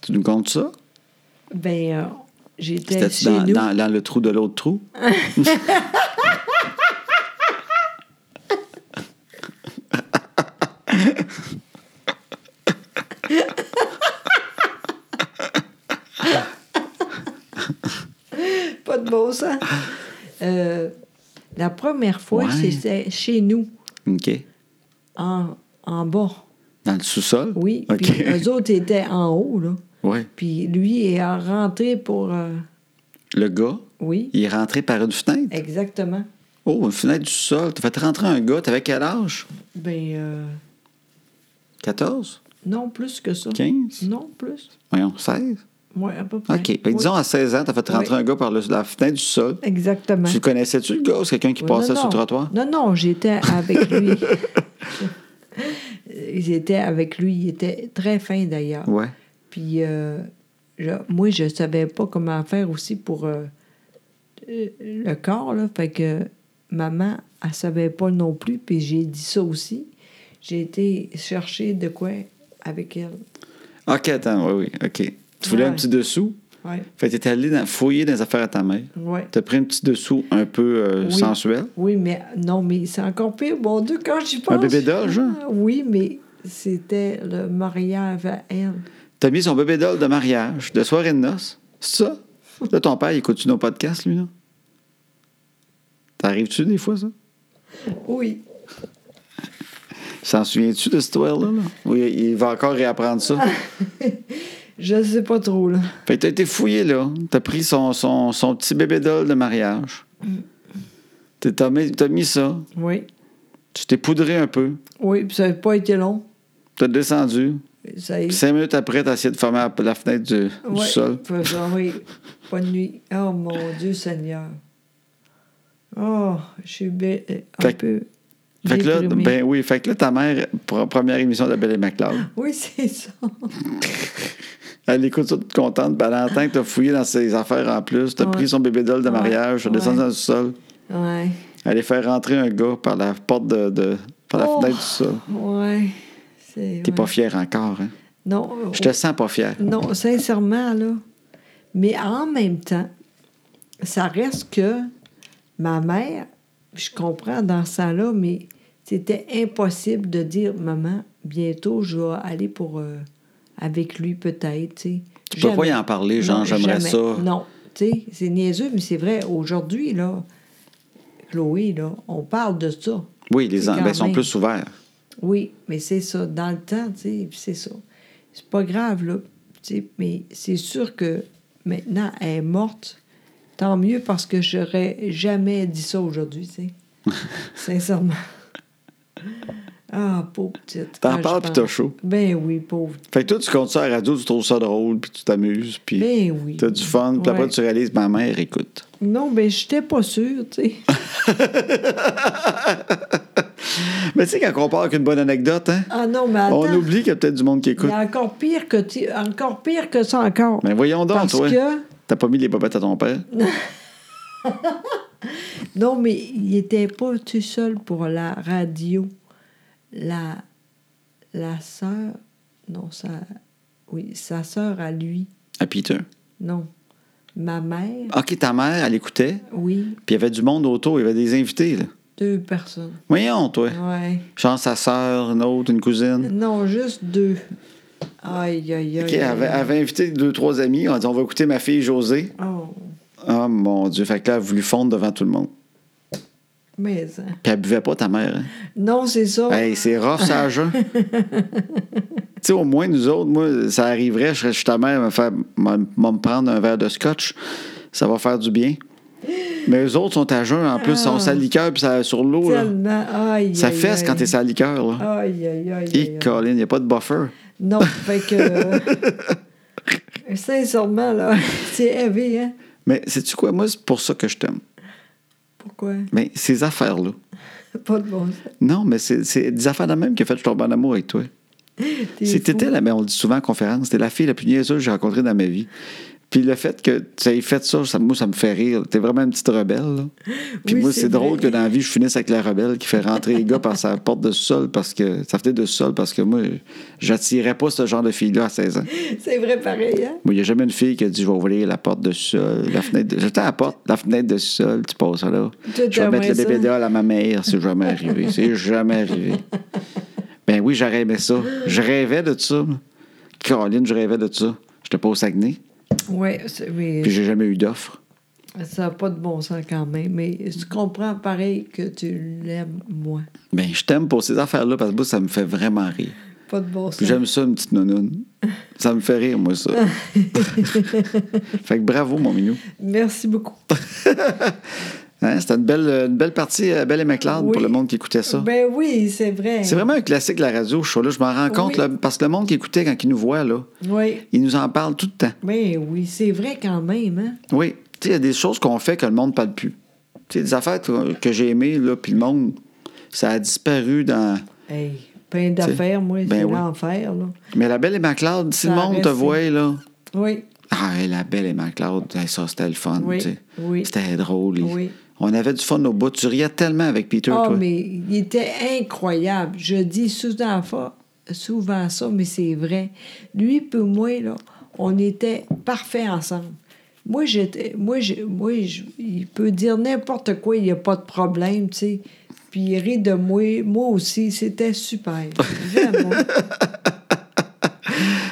Tu nous comptes ça? Ben, euh, j'étais C'était-tu chez dans, nous. dans- dans le trou de l'autre trou? Pas de beau sens. Euh, la première fois, Ouais. c'était chez nous, OK. en, en bas. Dans le sous-sol? Oui. OK. Puis eux autres étaient en haut, là. Ouais. Puis lui est rentré pour. euh, Le gars, oui, il est rentré par une fenêtre. exactement. Oh, une fenêtre du sol. T'as fait rentrer un gars. T'avais quel âge? Ben, euh, 14? non plus que ça. 15? Non plus. Voyons, 16? Oui, à peu près. OK. Fait que Oui. disons, à 16 ans, t'as fait rentrer Oui. un gars par le- la fenêtre du sol. Exactement. Tu le connaissais-tu, le gars, ou c'est quelqu'un qui Oui, passait non, sur le non. trottoir? Non, non, j'étais avec lui. j'étais avec lui. Il était très fin, d'ailleurs. Ouais. Puis, euh, je- moi, je savais pas comment faire aussi pour euh, euh, le corps, là. Fait que maman, elle savait pas non plus. Puis, j'ai dit ça aussi. J'ai été chercher de quoi avec elle. OK, attends, oui, oui, OK. Tu voulais un Ouais. petit dessous? Ouais. Fait que t'es allé dans- fouiller dans les affaires à ta mère. Ouais. T'as pris un petit dessous un peu euh, Oui. sensuel. Oui, mais non, mais c'est encore pire. Mon Dieu, quand j'y pense. bébé doll, genre? Ah, Oui, mais c'était le mariage à elle. T'as mis son bébé doll de mariage, de soirée de noces. C'est ça? Là, ton père, il écoute-tu nos podcasts, lui, non? T'arrives-tu des fois, ça? Oui. S'en souviens-tu de cette histoire-là? là? Oui, il va encore réapprendre ça. Je sais pas trop, là. Fait que t'as été fouillé, là. T'as pris son, son, son petit bébé doll de mariage. T'es- T'as mis, t'as mis ça. Oui. Tu t'es poudré un peu. Oui, puis ça n'a pas été long. T'as descendu. Ça a été- Puis cinq minutes après, t'as essayé de fermer la, la fenêtre du, du Ouais, sol. faut- faut- oui, pas de nuit. Oh mon Dieu Seigneur. Oh, je suis bé- euh, un Fait que- peu. Fait que là, déprimée. ben oui, fait que là, ta mère, pr- première émission de Belle et McLeod, Oui, c'est ça. elle écoute ça toute contente. Ben, elle entend que t'as fouillé dans ses affaires en plus. T'as Ouais. pris son bébé doll de Ouais, mariage, t'as descendu ouais. dans le sol. Ouais. Elle est faire rentrer un gars par la porte de. de- par la Oh. fenêtre du sol. Ouais. c'est- T'es ouais. pas fière encore, hein? Non, Je te sens pas fière. non, sincèrement, là. Mais en même temps, ça reste que ma mère, je comprends dans ça là, mais c'était impossible de dire, maman, bientôt je vais aller pour euh, avec lui peut-être. Tu Tu peux pas y en parler, genre, j'aimerais ça. Non, tu sais, c'est niaiseux, mais c'est vrai. Aujourd'hui, là, Chloé, là, on parle de ça. Oui, les C'est gens quand ben, sont même. plus ouverts. Oui, mais c'est ça, dans le temps, tu sais, puis c'est ça. C'est pas grave, là, tu sais, mais c'est sûr que maintenant, elle est morte. Tant mieux parce que j'aurais jamais dit ça aujourd'hui, tu sais. Sincèrement. Ah, pauvre petite. T'en quand parles, je puis pense. t'as chaud. Ben oui, pauvre. Fait que toi, tu comptes ça à la radio, tu trouves ça drôle, puis tu t'amuses, puis Ben oui. t'as du fun, puis après, Ouais. tu réalises, ma mère écoute. Non, ben j'étais pas sûre, tu sais. Mais tu sais, quand on part avec une bonne anecdote, hein, Ah non, mais attends. on oublie qu'il y a peut-être du monde qui Il écoute. y a encore pire que, tu- encore pire que ça encore. Mais voyons donc, Parce toi. que- T'as pas mis les bobettes à ton père? Non, mais il n'était pas tout seul pour la radio. La, la sœur, non, sa, oui, sa sœur à lui, À Peter. non. Ma mère, OK, ta mère, elle écoutait, oui, puis il y avait du monde autour, il y avait des invités, là. deux personnes. Voyons, toi. Ouais. Genre sa sœur, une autre, une cousine. Non, juste deux. Aïe, aïe, aïe. OK, elle avait, elle avait invité deux, trois amis. On a dit, on va écouter ma fille Josée. Oh, Oh mon Dieu, fait que là, elle a voulu fondre devant tout le monde. mais. hein. Puis elle buvait pas, ta mère. hein? Non, c'est ça. Hey, c'est rough, ça, à jeun. tu sais, au moins, nous autres, moi, ça arriverait, je serais chez ta mère, me faire, m'a- m'a me prendre un verre de scotch. Ça va faire du bien. Mais eux autres sont à jeun, en plus, ils sont Ah. sale liqueur, puis ça sur l'eau, oh, là. Tellement. Aïe, Ça aïe, fesse aïe. quand t'es sale liqueur, là. Aïe, aïe, aïe. aïe, Et aïe. Colin, il n'y a pas de buffer. Non, fait que. euh, Sincèrement, là, c'est heavy, hein? Mais sais-tu quoi? Moi, c'est pour ça que je t'aime. Pourquoi? Mais ces affaires-là. Pas de bon sens. Non, mais c'est c'est des affaires de même qui a fait que je tombe en amour avec toi. T'es C'était fou. la, mais on le dit souvent en conférence, c'était la fille la plus niaiseuse que j'ai rencontrée dans ma vie. Puis le fait que tu aies fait ça, ça- moi, ça me fait rire. T'es vraiment une petite rebelle. là. Puis Oui, moi, c'est c'est drôle vrai. que dans la vie, je finisse avec la rebelle qui fait rentrer les gars par sa porte de sol parce que ça faisait de sol parce que moi, j'attirais pas ce genre de fille-là à 16 ans. C'est vrai pareil, hein? Moi, il n'y a jamais une fille qui a dit Je vais ouvrir la porte de sol, la fenêtre de J'étais à la porte, la fenêtre de sol, tu passes là. Tout Je vais à mettre moins le ça. DPDA à ma mère, c'est jamais arrivé. C'est jamais arrivé. Ben oui, j'aurais aimé ça. Je rêvais de ça. Caroline, je rêvais de ça. J'étais pas au Saguenay, Oui, c'est- mais puis j'ai jamais eu d'offre. ça n'a pas de bon sens quand même. Mais je comprends pareil que tu l'aimes moins. Ben, je t'aime pour ces affaires-là parce que moi, ça me fait vraiment rire. Pas de bon sens. Puis j'aime ça, une petite nounoune. Ça me fait rire, moi, ça. fait que bravo, mon minou. Merci beaucoup. Hein, C'était une belle, une belle partie, euh, Belle et McLeod, pour Oui. le monde qui écoutait ça. Ben oui, c'est vrai. C'est vraiment un classique, la radio, ce show-là. Je m'en rends compte, Oui. là, parce que le monde qui écoutait quand il nous voit, là, Oui. il nous en parle tout le temps. Ben oui, c'est vrai quand même, hein? Oui. Tu sais, il y a des choses qu'on fait que le monde ne parle plus. Tu sais, des affaires que, que j'ai aimées, là, puis le monde, ça a disparu dans. Hey, plein d'affaires, moi, ben c'est oui. l'enfer, là. Mais la Belle et McLeod, si Ça le monde te reste- voit, là. Oui. Ah, hey, la belle et McLeod, hey, ça, c'était le fun. Oui, tu sais. oui. C'était drôle. Oui. On avait du fun au bout. Tu riais tellement avec Peter, Ah, toi. mais il était incroyable. Je dis souvent, fa- souvent ça, mais c'est vrai. Lui puis moi, là, on était parfaits ensemble. Moi, j'étais, moi, j'ai- moi je- il peut dire n'importe quoi, il n'y a pas de problème, tu sais. Puis il rit de moi, moi aussi, c'était super. Vraiment.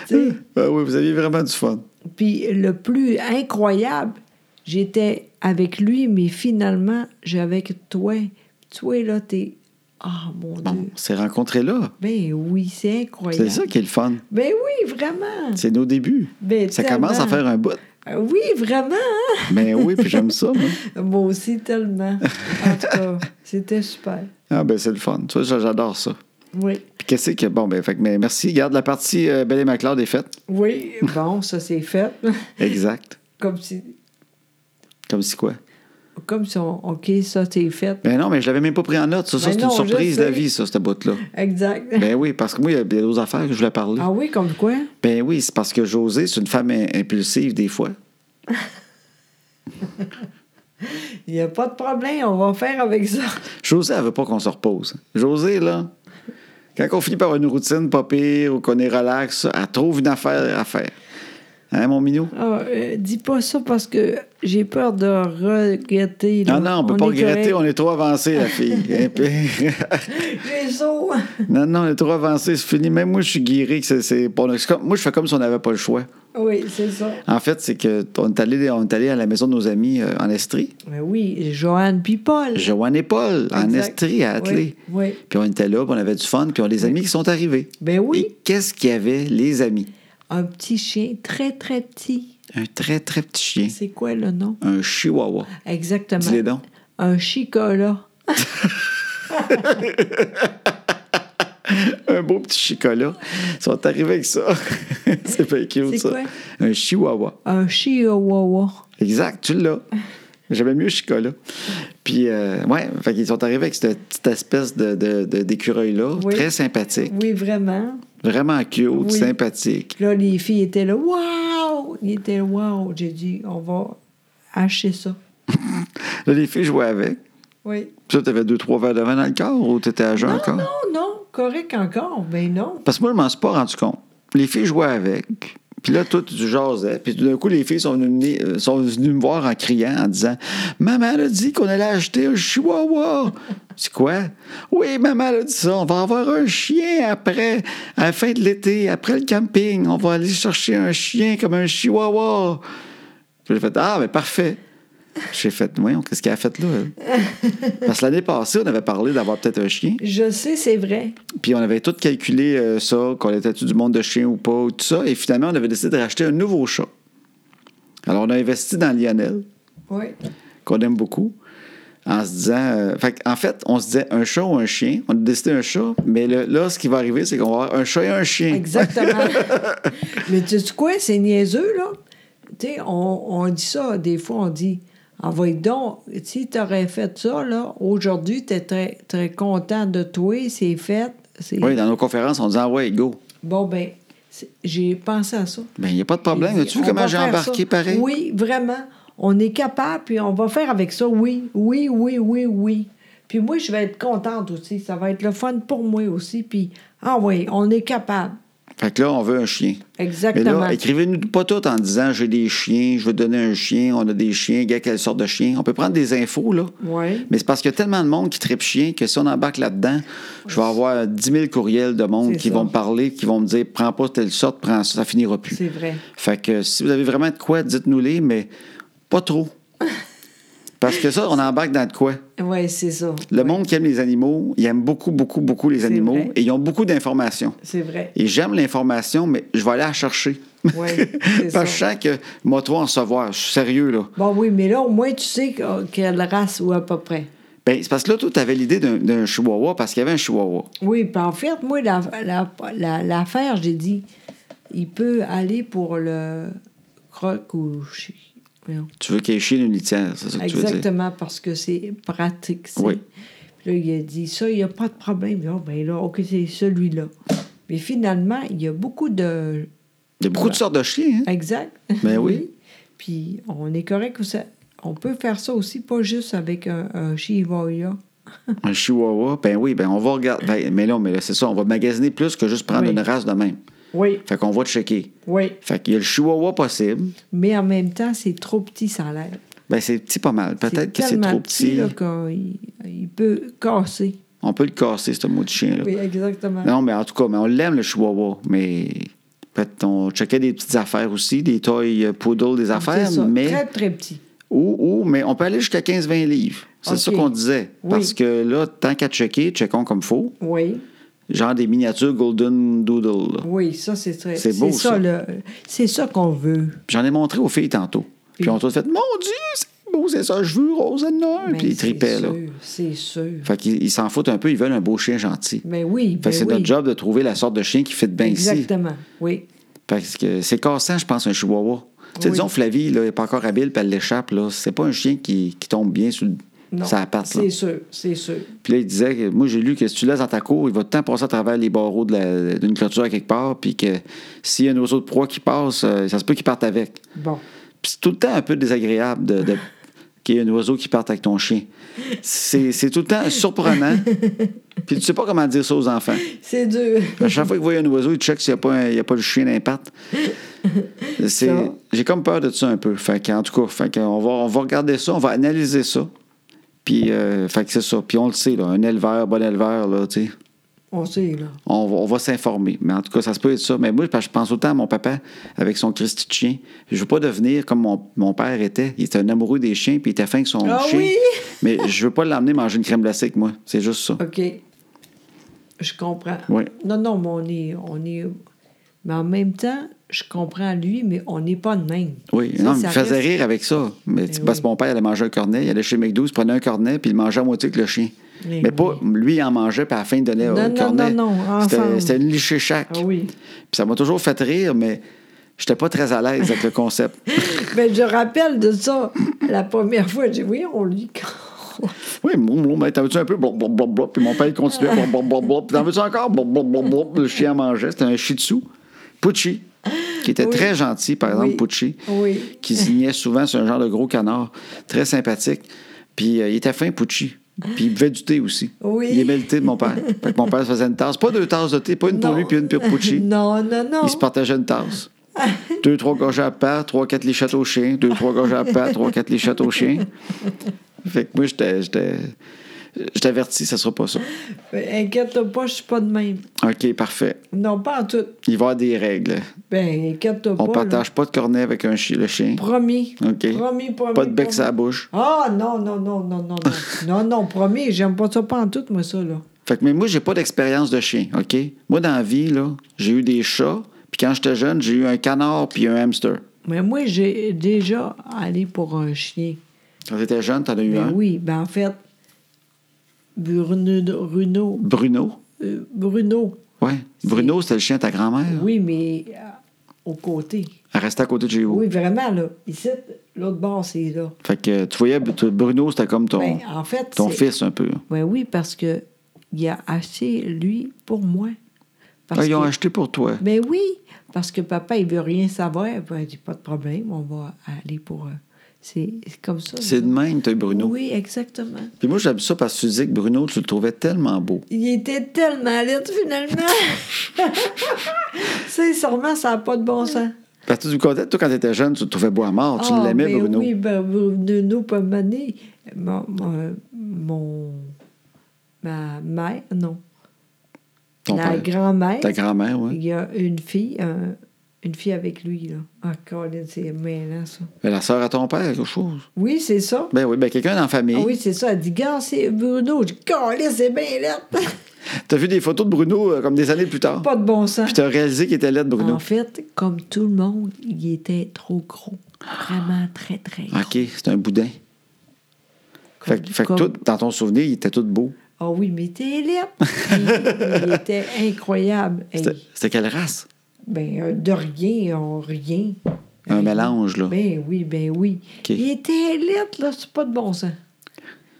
Tu sais, Ah oui, vous aviez vraiment du fun. Puis le plus incroyable, j'étais avec lui, mais finalement, j'avais que toi. Toi, là, t'es. Ah, mon Bon, Dieu. on s'est rencontrés là. Ben oui, c'est C'est incroyable. ça qui est le fun. Ben oui, vraiment. C'est nos débuts. Ben, ça commence à tellement. faire un bout. Euh, Oui, vraiment. hein? Mais oui, puis j'aime ça. moi. Moi aussi, tellement. En tout cas, c'était super. Ah, ben c'est le fun. Tu vois, j'a- j'adore ça. Oui. Puis qu'est-ce que. Bon, ben, fait que, mais merci. Garde la partie euh, Belle et McLeod est faite. Oui, bon, ça, c'est fait. Exact. comme si. Comme si quoi? Comme si on. OK, ça, c'est fait. Ben non, mais je l'avais même pas pris en note. Ça, ça Ben c'est une non, je surprise de la sais. vie, ça, cette bout-là. Exact. Ben oui, parce que moi, il y a d'autres affaires que je voulais parler. Ah oui, comme quoi? Ben oui, c'est parce que Josée, c'est une femme im- impulsive des fois. Il n'y a pas de problème, on va faire avec ça. Josée, elle veut pas qu'on se repose. Josée, là, quand on finit par une routine pas pire ou qu'on est relax, elle trouve une affaire à faire. Hein, mon minou? Ah, euh, dis pas ça parce que j'ai peur de regretter. là. Non, non, on peut pas est regretter, correct. on est trop avancé, la fille. Et puis- J'ai saut. non, non, on est trop avancé, c'est fini. Même moi, je suis guéri. que c'est- c'est- bon, c'est comme- moi, je fais comme si on n'avait pas le choix. Oui, c'est ça. En fait, c'est que on est allé, on est allé à la maison de nos amis euh, en Estrie. Mais oui, Joanne puis Paul. Joanne et Paul, en Exact. Estrie, à Atelier. Oui, oui. Puis on était là, puis on avait du fun, puis on a des amis qui sont arrivés. Ben oui. Et qu'est-ce qu'il y avait, les amis? Un petit chien très, très petit. Un très, très petit chien. C'est quoi le nom? Un chihuahua. Exactement. Dis-les donc. Un chicola. Un beau petit chicola. Ils sont arrivés avec ça. c'est pas cute, C'est ça. quoi? Un chihuahua. Un chihuahua. Exact, tu l'as. J'aimais mieux Chicola. Puis, euh, ouais, fait qu'ils sont arrivés avec cette petite espèce de, de- de- d'écureuil-là, Oui. très sympathique, Oui, vraiment. vraiment cute, Oui. sympathique. Puis Là, les filles étaient là. Waouh! Ils étaient là. Waouh! J'ai dit, on va hacher ça. Là, les filles jouaient avec. Oui. Puis là, t'avais deux, trois verres de vin dans le corps ou t'étais à jeun Non, encore? non, non. Correct encore. Ben non. Parce que moi, je m'en suis pas rendu compte. Les filles jouaient avec. Puis là, toi, tu jasais. Puis tout d'un coup, les filles sont venues, me ni- euh, sont venues me voir en criant, en disant Maman elle a dit qu'on allait acheter un chihuahua. C'est quoi Oui, maman elle a dit ça. On va avoir un chien après, à la fin de l'été, après le camping. On va aller chercher un chien comme un chihuahua. Puis j'ai fait Ah, mais parfait. J'ai fait Oui, qu'est-ce qu'elle a fait là elle? Parce que l'année passée, on avait parlé d'avoir peut-être un chien. Je sais, c'est vrai. Puis on avait tout calculé euh, ça, qu'on était-tu du monde de chiens ou pas, ou tout ça. Et finalement, on avait décidé de racheter un nouveau chat. Alors, on a investi dans Lionel, Oui. qu'on aime beaucoup, en se disant. euh, fait, en fait, on se disait un chat ou un chien. On a décidé un chat, mais le- là, ce qui va arriver, c'est qu'on va avoir un chat et un chien. Exactement. Mais tu sais quoi, c'est niaiseux, là. Tu sais, on, on dit ça, des fois, on dit, envoie donc, si tu aurais fait ça, là, aujourd'hui, tu es très, très content de toi, c'est fait. c'est- Oui, dans nos conférences, on disait, ah ouais, go. Bon, ben, C'est- J'ai pensé à ça. Ben, il n'y a pas de problème. J'ai dit, As-tu vu on comment va j'ai faire embarqué ça. pareil? Oui, vraiment. On est capable, puis on va faire avec ça. Oui, oui, oui, oui, oui. Puis moi, je vais être contente aussi. Ça va être le fun pour moi aussi. Puis, ah oui, on est capable. Fait que là, on veut un chien. Mais Exactement. là, écrivez-nous pas tout en disant j'ai des chiens, je veux donner un chien, on a des chiens, gars, quelle sorte de chien. On peut prendre des infos, là. Oui. Mais c'est parce qu'il y a tellement de monde qui tripe chien que si on embarque là-dedans, je vais avoir 10 000 courriels de monde C'est qui ça. vont me parler, qui vont me dire prends pas telle sorte, prends ça, ça finira plus. C'est vrai. Fait que si vous avez vraiment de quoi, dites-nous-les, mais pas trop. Parce que ça, on embarque dans de quoi? Oui, c'est ça. Le monde qui aime les animaux, il aime beaucoup, beaucoup, beaucoup les C'est animaux vrai. et ils ont beaucoup d'informations. C'est vrai. Et j'aime l'information, mais je vais aller la chercher. Oui, c'est Parce que ça. je sens que moi, trop en savoir. Je suis sérieux, là. Bon, oui, mais là, au moins, tu sais que- quelle race ou à peu près. Ben, c'est parce que là, toi, t'avais l'idée d'un- d'un chihuahua parce qu'il y avait un chihuahua. Oui, puis en fait, moi, l'affaire, la, la- l'affaire, j'ai dit, il peut aller pour le croc ou chi- voyons. Tu veux qu'il y ait chien une litière, c'est ça que tu veux dire? Exactement, parce que c'est pratique. tu sais. Oui. Puis là, il a dit ça, il n'y a pas de problème. Là, ben là, OK, c'est celui-là. Mais finalement, il y a beaucoup de. Il y a beaucoup de sortes de chiens, hein? Exact. Ben oui. Puis on est correct ou ça. On peut faire ça aussi, pas juste avec un, un chihuahua. Un chihuahua, ben oui, ben on va regarder. ben, mais là, mais là, c'est ça, on va magasiner plus que juste prendre Oui. une race de même. Oui, Fait qu'on va checker. oui. Fait qu'il y a le chihuahua possible. Mais en même temps, c'est trop petit, ça a l'air. Ben, c'est petit pas mal. Peut-être que c'est tellement trop petit. hein. là, qu'il il peut casser. On peut le casser, ce mot de chien-là. Oui, exactement. Non, mais en tout cas, mais on l'aime, le chihuahua. Mais peut-être on checkait des petites affaires aussi, des toys euh, poodle, des affaires. C'est ça, mais... Très, très petit. Ou, ou, mais on peut aller jusqu'à 15-20 livres. C'est OK. ça qu'on disait. Oui. Parce que là, tant qu'à checker, checkons comme faut. Oui, Genre des miniatures Golden Doodle. là. oui, ça, c'est très... C'est beau, ça. le- C'est ça qu'on veut. J'en ai montré aux filles tantôt. Puis Puis- on a tous fait Mon Dieu, c'est beau, c'est ça, je veux, Rose and Noël. Ben, Puis ils c'est tripaient, là. sûr, C'est sûr. Fait qu'ils ils s'en foutent un peu, ils veulent un beau chien gentil. Mais oui, Fait ben que c'est oui. notre job de trouver la sorte de chien qui fit bien ici. Exactement, oui. Parce que c'est cassant, je pense, un chihuahua. Tu sais, Oui. disons, Flavie, là, elle n'est pas encore habile, puis elle l'échappe, là. C'est pas un chien qui, qui tombe bien sur Non, sa patte, là. c'est sûr, c'est sûr. Puis là, il disait que moi, j'ai lu que si tu laisses dans ta cour, il va tout le temps passer à travers les barreaux de la- d'une clôture à quelque part, puis que s'il y a un oiseau de proie qui passe, euh, ça se peut qu'il parte avec. Bon, Puis c'est tout le temps un peu désagréable de, de- qu'il y ait un oiseau qui parte avec ton chien. C'est c'est tout le temps surprenant. puis tu sais pas comment dire ça aux enfants. c'est dur. À Ben, chaque fois qu'ils voient un oiseau, ils checkent s'il n'y a, pas un- il y a pas le chien d'impact. Ça. J'ai comme peur de ça un peu. Fait que, en tout cas, fait que on, va, on va regarder ça, on va analyser ça. Puis, euh, fait que c'est ça. Puis on le sait, là, un éleveur, bon éleveur, là, tu sais, On sait, là. on va, on va s'informer. Mais en tout cas, ça se peut être ça. Mais moi, parce que je pense autant à mon papa avec son Christy de chien. Je veux pas devenir comme mon, mon père était. Il était un amoureux des chiens, puis il était fin avec son Ah chien. oui! Mais je veux pas l'emmener manger une crème glacée avec moi. C'est juste ça. OK. Je comprends. Oui. Non, non, mais on est, on est. Mais en même temps, je comprends lui, mais on n'est pas de même. Oui, Ça, non, mais il ça me faisait reste- rire avec ça. Mais tu Ben parce que oui. mon père allait manger un cornet, il allait chez McDo, il se prenait un cornet, puis il mangeait à moitié avec le chien. Ben mais pas lui, il en mangeait, puis à la fin, il donnait Non, un non, cornet. non, non, C'était- ensemble. C'était une lichée chaque. Ah oui. Puis ça m'a toujours fait rire, mais j'étais pas très à l'aise avec le concept. Mais Ben, je rappelle de ça. La première fois, j'ai dit oui, on lui. oui, moum, moum, mais t'en veux-tu un peu? Blop, blop, blop, blop. Puis mon père, il continuait. Blop, blop, blop, blop. T'en veux-tu encore? Blop, blop, blop, blop. Le chien mangeait. C'était un shih tzu. Pucci. Qui était Oui. très gentil, par exemple, Oui. Pucci. Oui. qui signait souvent sur un genre de gros canard, très sympathique. Puis euh, il était fin, Pucci. Puis il buvait du thé aussi. Oui. Il aimait le thé de mon père. Fait que mon père se faisait une tasse. Pas deux tasses de thé, pas une pour Non. lui puis une pour Pucci. Non, non, non. Il se partageait une tasse. Deux, trois gorgées à part, trois, quatre lichettes au chien. Deux, trois gorgées à part, trois, quatre lichettes au chien. Fait que moi, j'étais. j'étais- Je t'avertis, ça sera pas ça. Mais Ben, Inquiète-toi pas, je suis pas de même. OK, parfait. Non, pas en tout. Il va y avoir des règles. Ben, inquiète-toi pas. On là. partage pas de cornet avec un chi- le chien. Promis. OK. Promis, promis. Pas de bec promis. sur la bouche. Ah, non, non, non, non, non, non. non, non, promis, j'aime pas ça, pas en tout, moi, ça, là. Fait que, mais moi, j'ai pas d'expérience de chien, OK? Moi, dans la vie, là, j'ai eu des chats, puis quand j'étais jeune, j'ai eu un canard puis un hamster. Mais moi, j'ai déjà allé pour un chien. Quand t'étais jeune, t'en as eu Ben un. oui, ben en fait, Bruno. Bruno. Bruno. euh, Bruno. Ouais. Bruno, c'était le chien de ta grand-mère. Oui, mais euh, au côté. Elle restait à côté de chez vous. Oui, vraiment, là. Ici, l'autre bord, c'est là. Fait que tu voyais, tu- Bruno, c'était comme ton, Ben, en fait, ton c'est- fils un peu. Ben oui, parce que il a acheté, lui, pour moi. Parce Ah, ils ont que- acheté pour toi. Ben oui, parce que papa, il veut rien savoir. Ben, il dit, pas de problème, on va aller pour... euh, c'est c'est comme ça. C'est de nous même, t'as autres. Bruno. Oui, exactement. Puis moi, j'aime ça parce que tu dis que Bruno, tu le trouvais tellement beau. Il était tellement laid, finalement. c'est sûrement, ça n'a pas de bon sens. Parce que tu me contais, toi, quand tu étais jeune, tu le trouvais beau à mort. Oh, Tu Ah, l'aimais, mais Bruno. Oui, ben, Bruno Pomané, mon, mon, mon- ma mère, non, Ton la père. grand-mère, Ta grand-mère, oui. il y a une fille, un- une fille avec lui, là. Ah, Colin, c'est mêlant, ça. Mais la sœur à ton père, quelque chose. Oui, c'est ça. Ben oui, ben quelqu'un dans la famille. Ah oui, c'est ça. Elle dit, gars, c'est Bruno. Je dis, Colin, c'est bien laid. T'as vu des photos de Bruno euh, comme des années plus tard. Pas de bon sens. Puis t'as réalisé qu'il était laid, Bruno. En fait, comme tout le monde, il était trop gros. Vraiment très, très gros. OK, c'est un boudin. Fait, que- Comme- fait que comme- tout, dans ton souvenir, il était tout beau. Ah oui, mais t'es libre. il, il était incroyable. Hey, C'était c'était quelle race? ben, euh, de rien, on rien. Un Hey, mélange, là. Ben oui, ben oui. OK. Il était libre, là, c'est pas de bon sens.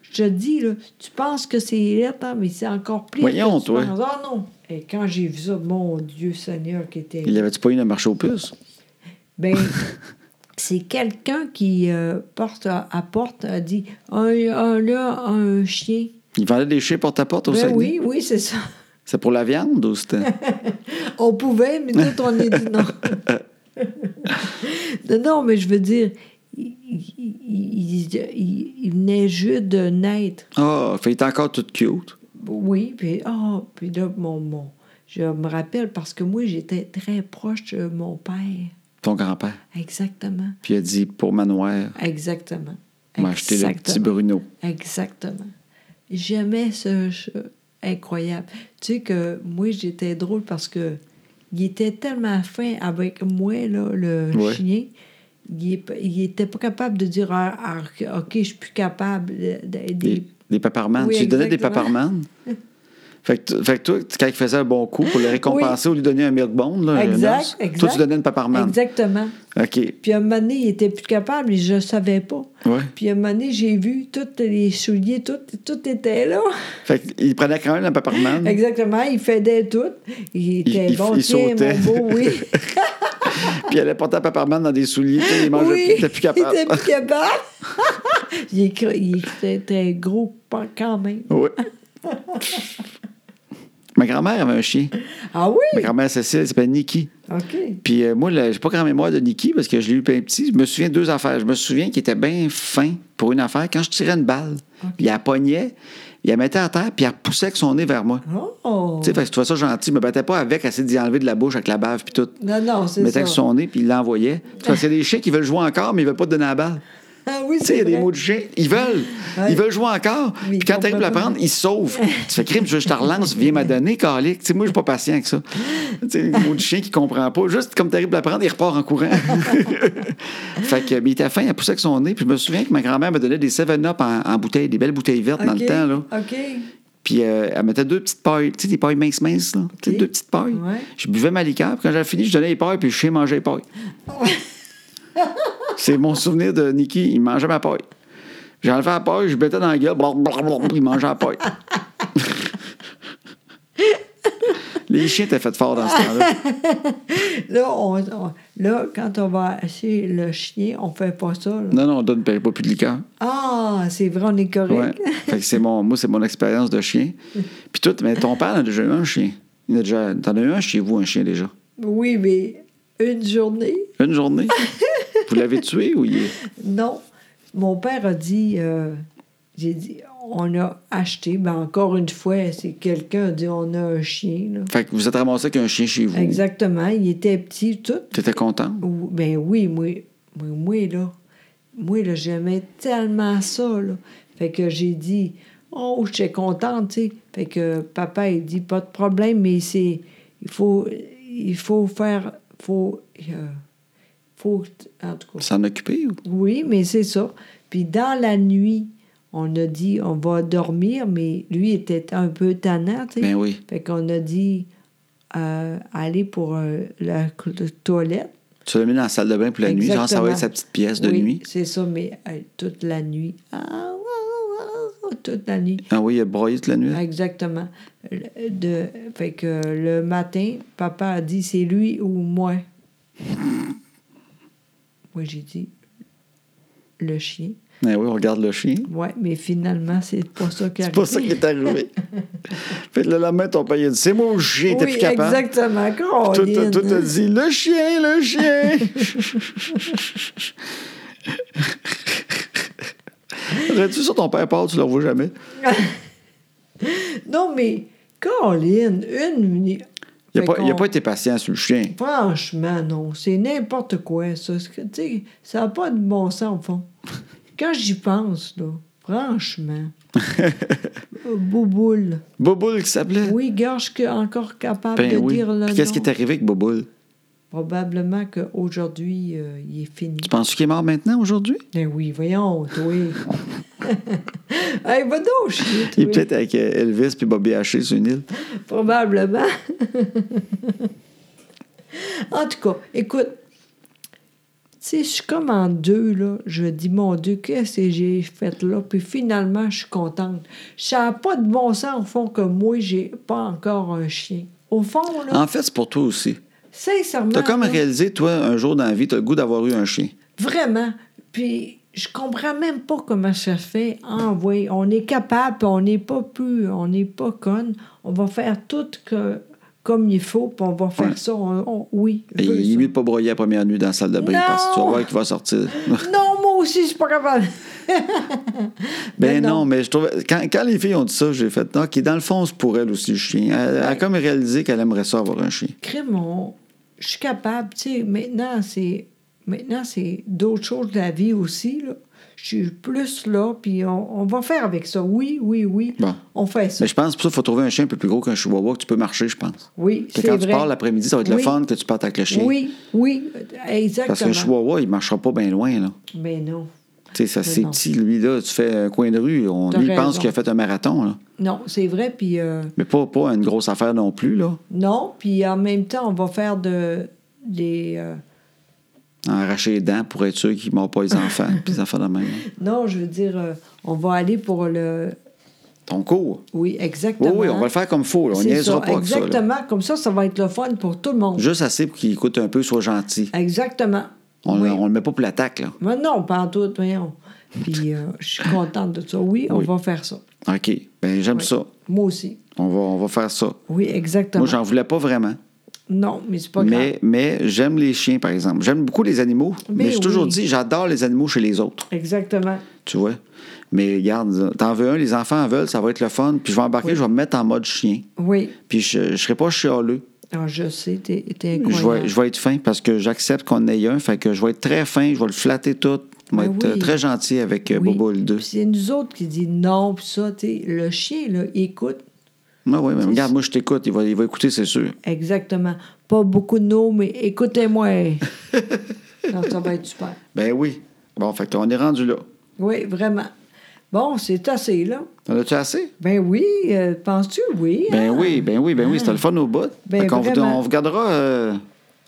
Je te dis, là, tu penses que c'est libre, hein, mais c'est encore pire. Voyons, que tu toi. penses. Ah non! Et quand j'ai vu ça, mon Dieu Seigneur, qui était. Il avait-tu pas eu de marché aux puces? Ben, c'est quelqu'un qui euh, porte à, à porte, a dit un, un, là, un chien. Il vendait des chiens porte-à-porte au Ben Saguenay? oui, oui, c'est ça. C'est pour la viande ou c'était... On pouvait, mais nous, autres, on est dit non. non, non, mais je veux dire, il, il- il- il- il venait juste de naître. Ah, fait, il était encore tout cute. Oui, puis, ah, puis là, mon, mon- je me rappelle parce que moi, j'étais très proche de mon père. Ton grand-père. Exactement. Puis il a dit, pour ma noire, Exactement. m'a acheté le petit Exactement. Bruno. Exactement. J'aimais ce jeu incroyable. Tu sais que moi, j'étais drôle parce que il était tellement fin avec moi, là, le Ouais. chien. Il, est pas- il était pas capable de dire Ah, ah, OK, je suis plus capable d'aider. Des, des paparmanes. Oui, tu lui donnais des exactement. paparmanes? fait, que, tu- fait que toi, tu- quand il faisait un bon coup, pour le récompenser, ou lui donner un milk bond, là, un os, Exact, exact. toi, tu donnais une paparmane. Exactement. OK. Puis à un moment donné, il était plus capable et je savais pas. Ouais. Puis à un moment donné, j'ai vu tous les souliers, tout, tout était là. Fait qu'il prenait quand même la paparmane. Exactement, il faisait tout. Il était Mm. il- bon, il tiens, sautait. mon beau, oui. Puis il allait porter la paparmane dans des souliers. tu sais, Il mangeait plus, il était plus capable. Il était plus capable. il, est cr- il était était gros pan- quand même. Ouais. ma grand-mère avait un chien. Ah Ma oui? grand-mère Cécile, elle s'appelle Nikki. OK. Puis euh, moi, là, j'ai pas grand mémoire de Nicky parce que je l'ai eu bien petit. Je me souviens de deux affaires. Je me souviens qu'il était bien fin pour une affaire. Quand je tirais une balle, il la pognait, il la mettait à terre, puis il la poussait avec son nez vers moi. Oh! Tu sais, fait que je trouvais ça gentil. Je me battais pas avec, essayer d'y enlever de la bouche avec la bave, puis tout. Non, non, Il c'est mettait ça. avec son nez, puis il l'envoyait. Parce qu'il y a des chiens qui veulent jouer encore, mais ils veulent pas te donner la balle. Ah oui, Tu sais, il y c'est a des vrai. mots de chien. Ils veulent. Ouais. Ils veulent jouer encore. Mais Puis quand ils t'arrives à la comprennent prendre, ils se sauvent. tu fais crime, je je te relance, viens m'a donné, calique. Tu sais, moi, je suis pas patient avec ça. Tu sais, le mot de chien qui comprend pas. Juste comme t'arrives à la prendre, il repart en courant. fait que, mais il était fin, il a poussé avec son nez. Puis je me souviens que ma grand-mère me donnait des 7-Up en, en bouteille, des belles bouteilles vertes dans le OK, temps, là. OK. Puis euh, elle mettait deux petites pailles, tu sais, des pailles minces, minces, là. Tu sais, Ok. deux petites pailles. Ouais. Je buvais ma liqueur, puis quand j'avais fini, je donnais les pailles, puis le chien mangeait les pailles. C'est mon souvenir de Nicky, il mangeait ma paille. J'enlevais la paille, je bêtais dans la gueule, blop, blop, blop, il mangeait la paille. les chiens étaient faits forts dans ce temps-là. Là, on, on- là, quand on va acheter le chien, on fait pas ça. là. Non, non, on donne pas plus de liqueur. Ah, c'est vrai, on est Ouais. correct. Fait que c'est mon, moi, c'est mon expérience de chien. Puis tout, mais ton père en a déjà eu un chien. Il en a déjà, t'en as eu un chez vous, un chien déjà. Oui, mais une journée, Une journée. Vous l'avez tué ou il est. non. Mon père a dit, euh, j'ai dit, on a acheté, ben encore une fois, c'est quelqu'un a dit, on a un chien, là. Fait que vous êtes ramassé avec un chien chez vous. Exactement. Il était petit, tout. T'étais content? Ou- Ben oui, moi, moi, moi, là. Moi, là, j'aimais tellement ça, là. Fait que j'ai dit, oh, j'étais contente, tu sais. Fait que papa, il dit, pas de problème, mais c'est. Il faut. Il faut faire. Faut. euh, faut. En tout cas. S'en occuper ou? Oui, mais c'est ça. Puis dans la nuit, on a dit, on va dormir, mais lui était un peu tannant, tu sais. Ben oui. Fait qu'on a dit euh, aller pour euh, la cou- toilette. Tu l'as mis dans la salle de bain pour la nuit. Genre, ça Exactement. va être sa petite pièce de Oui, nuit. C'est ça, mais euh, toute la nuit. Ah, ah, ah, toute la nuit. Ah oui, il a broyé toute la nuit. Exactement. Le- De, fait que le matin, papa a dit c'est lui ou moi. moi, j'ai dit le chien. Ah oui, on regarde le chien. Ouais, mais finalement, c'est pas ça qui C'est pas ça qui est arrivé. fait que le lendemain, ton père il a dit C'est mon chien, t'es Oui, plus capable. exactement. Tout, tout, Colin. tout a dit Le chien, le chien. Aurais-tu ça, ton père part, tu le revois jamais. Non, mais Colin, une minute. Il n'a Fait pas, il a qu'on- pas été patient sur le chien. Franchement, non. C'est n'importe quoi, ça. C'est que, Tu sais, ça n'a pas de bon sens, au fond. Quand j'y pense, là, franchement, euh, Bouboule. Boboule qui s'appelait. Oui, gars, je suis encore capable Ben de oui. dire le Puis qu'est-ce qui nom. est arrivé avec Boboule Probablement qu'aujourd'hui, euh, il est fini. Tu penses qu'il est mort maintenant, aujourd'hui Ben oui, voyons, toi. hey, va donc chier, Il est toi. peut-être avec euh, Elvis puis Bobby Haché sur une île. Probablement. en tout cas, écoute, tu sais, je suis comme en deux, là. Je dis, mon Dieu, qu'est-ce que j'ai fait là? Puis finalement, je suis contente. Ça n'a pas de bon sens, au fond, que moi, j'ai pas encore un chien. Au fond, là, En fait, c'est pour toi aussi. sincèrement. T'as comme là, réalisé, toi, un jour dans la vie, t'as le goût d'avoir eu un chien. Vraiment. Puis je comprends même pas comment ça fait. Ah oui, on est capable, puis on n'est pas plus, on n'est pas conne. On va faire tout que, comme il faut, puis on va faire Ouais. ça. on- on- oui. je Et veux il est ça. mieux de pas broyer la première nuit dans la salle de bain Non! parce que tu vas voir qu'il va sortir. Non, moi aussi, je suis pas capable. Mais ben non. non. mais je trouve. Quand, quand les filles ont dit ça, j'ai fait. Non, qui dans le fond, c'est pour elle aussi le chien. Elle, elle a comme réalisé qu'elle aimerait ça avoir un chien. Crime, on- je suis capable. Tu sais, maintenant, c'est maintenant c'est d'autres choses de la vie aussi. Là. Je suis plus là, puis on, on va faire avec ça. Oui, oui, oui. Bon. On fait ça. Mais je pense pour ça, il faut trouver un chien un peu plus gros qu'un chihuahua que tu peux marcher, je pense. Oui, Que c'est quand vrai. tu pars l'après-midi, ça va être le Oui. fun que tu partes avec le chien. Oui, oui, exactement. Parce qu'un chihuahua, il marchera pas bien loin, là. Mais non. Tu sais, ça, Mais c'est non. petit, lui, là. Tu fais un coin de rue, on, T'as lui, il pense raison. qu'il a fait un marathon, là. Non, c'est vrai, puis euh, Mais pas, pas une grosse affaire non plus, là. non, puis en même temps, on va faire de, des... euh, Arracher les dents pour être sûr qu'il ne mord pas les enfants, puis les enfants de même. non, je veux dire, euh, on va aller pour le... Ton cours. Oui, Oui, exactement. oui, on va le faire comme faut. là. On C'est niaisera ça, pas avec ça. là. Exactement, comme ça, ça va être le fun pour tout le monde. Juste assez pour qu'il écoute un peu, soit gentil. Exactement. On Oui. ne le met pas pour l'attaque, là. Mais non, pas en tout, voyons. Puis euh, je suis contente de ça. Oui, on Oui. va faire ça. OK. Ben j'aime Oui. ça. Moi aussi. On va, on va faire ça. Oui, exactement. Moi, j'en voulais pas vraiment. Non, mais c'est pas grave. Mais, mais j'aime les chiens, par exemple. J'aime beaucoup les animaux. Mais, Mais j'ai toujours oui. dit, j'adore les animaux chez les autres. Exactement. Tu vois? Mais regarde, t'en veux un, les enfants en veulent, ça va être le fun. Puis je vais embarquer, je vais me mettre en mode chien. Oui. Puis je ne serai pas chialeux. Alors, je sais, t'es t'es Je incroyable. vais, je vais être fin parce que j'accepte qu'on ait un. Fait que je vais être très fin, je vais le flatter tout. Je vais Ben être euh, oui. très gentil avec euh, Oui. Bobo le 2. Puis c'est nous autres qui dit non, puis ça, tu sais, le chien, là, il écoute Ah oui, mais regarde, moi je t'écoute, il va, il va écouter, c'est sûr. exactement. Pas beaucoup de mots, mais écoutez-moi. non, ça va être super. Ben oui. Bon, fait qu'on est rendu là. Oui, vraiment. Bon, c'est assez, là. T'en as-tu assez? Ben oui, euh, penses-tu? Oui. Ben hein? oui, ben oui, ben oui, c'était le fun au bout. Ben Fait qu'on vous- vraiment. on regardera, euh,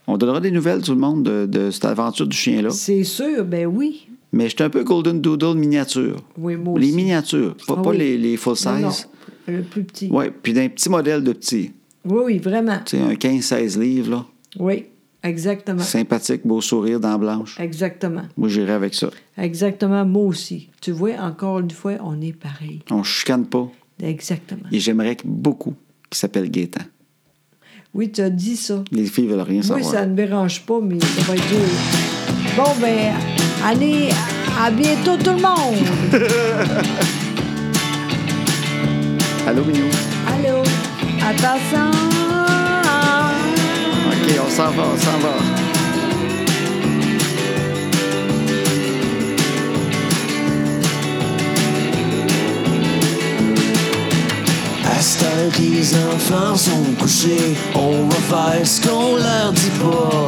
on donnera des nouvelles tout le monde de, de cette aventure du chien-là. C'est sûr, ben oui. Mais j'étais un peu Golden Doodle miniature. Oui, moi les aussi. miniatures, pas, Ah pas oui. les, les full Non, non, size. le plus petit. Oui, puis d'un petit modèle de petit. Oui, oui, vraiment. Tu sais, un 15-16 livres, là. Oui, exactement. Sympathique, beau sourire, dents blanches. Exactement. Moi, j'irai avec ça. Exactement, moi aussi. Tu vois, encore une fois, on est pareil. On chicane pas. Exactement. Et j'aimerais que beaucoup qui s'appelle Gaétan. Oui, tu as dit ça. Les filles veulent rien Moi, savoir. ça ne me dérange pas, mais ça va être dur. Bon, ben, allez, à bientôt tout le monde. Allô, Minou? Allô, attention. OK, on s'en va, on s'en va. À cette heure que les enfants sont couchés, on va faire ce qu'on leur dit pas.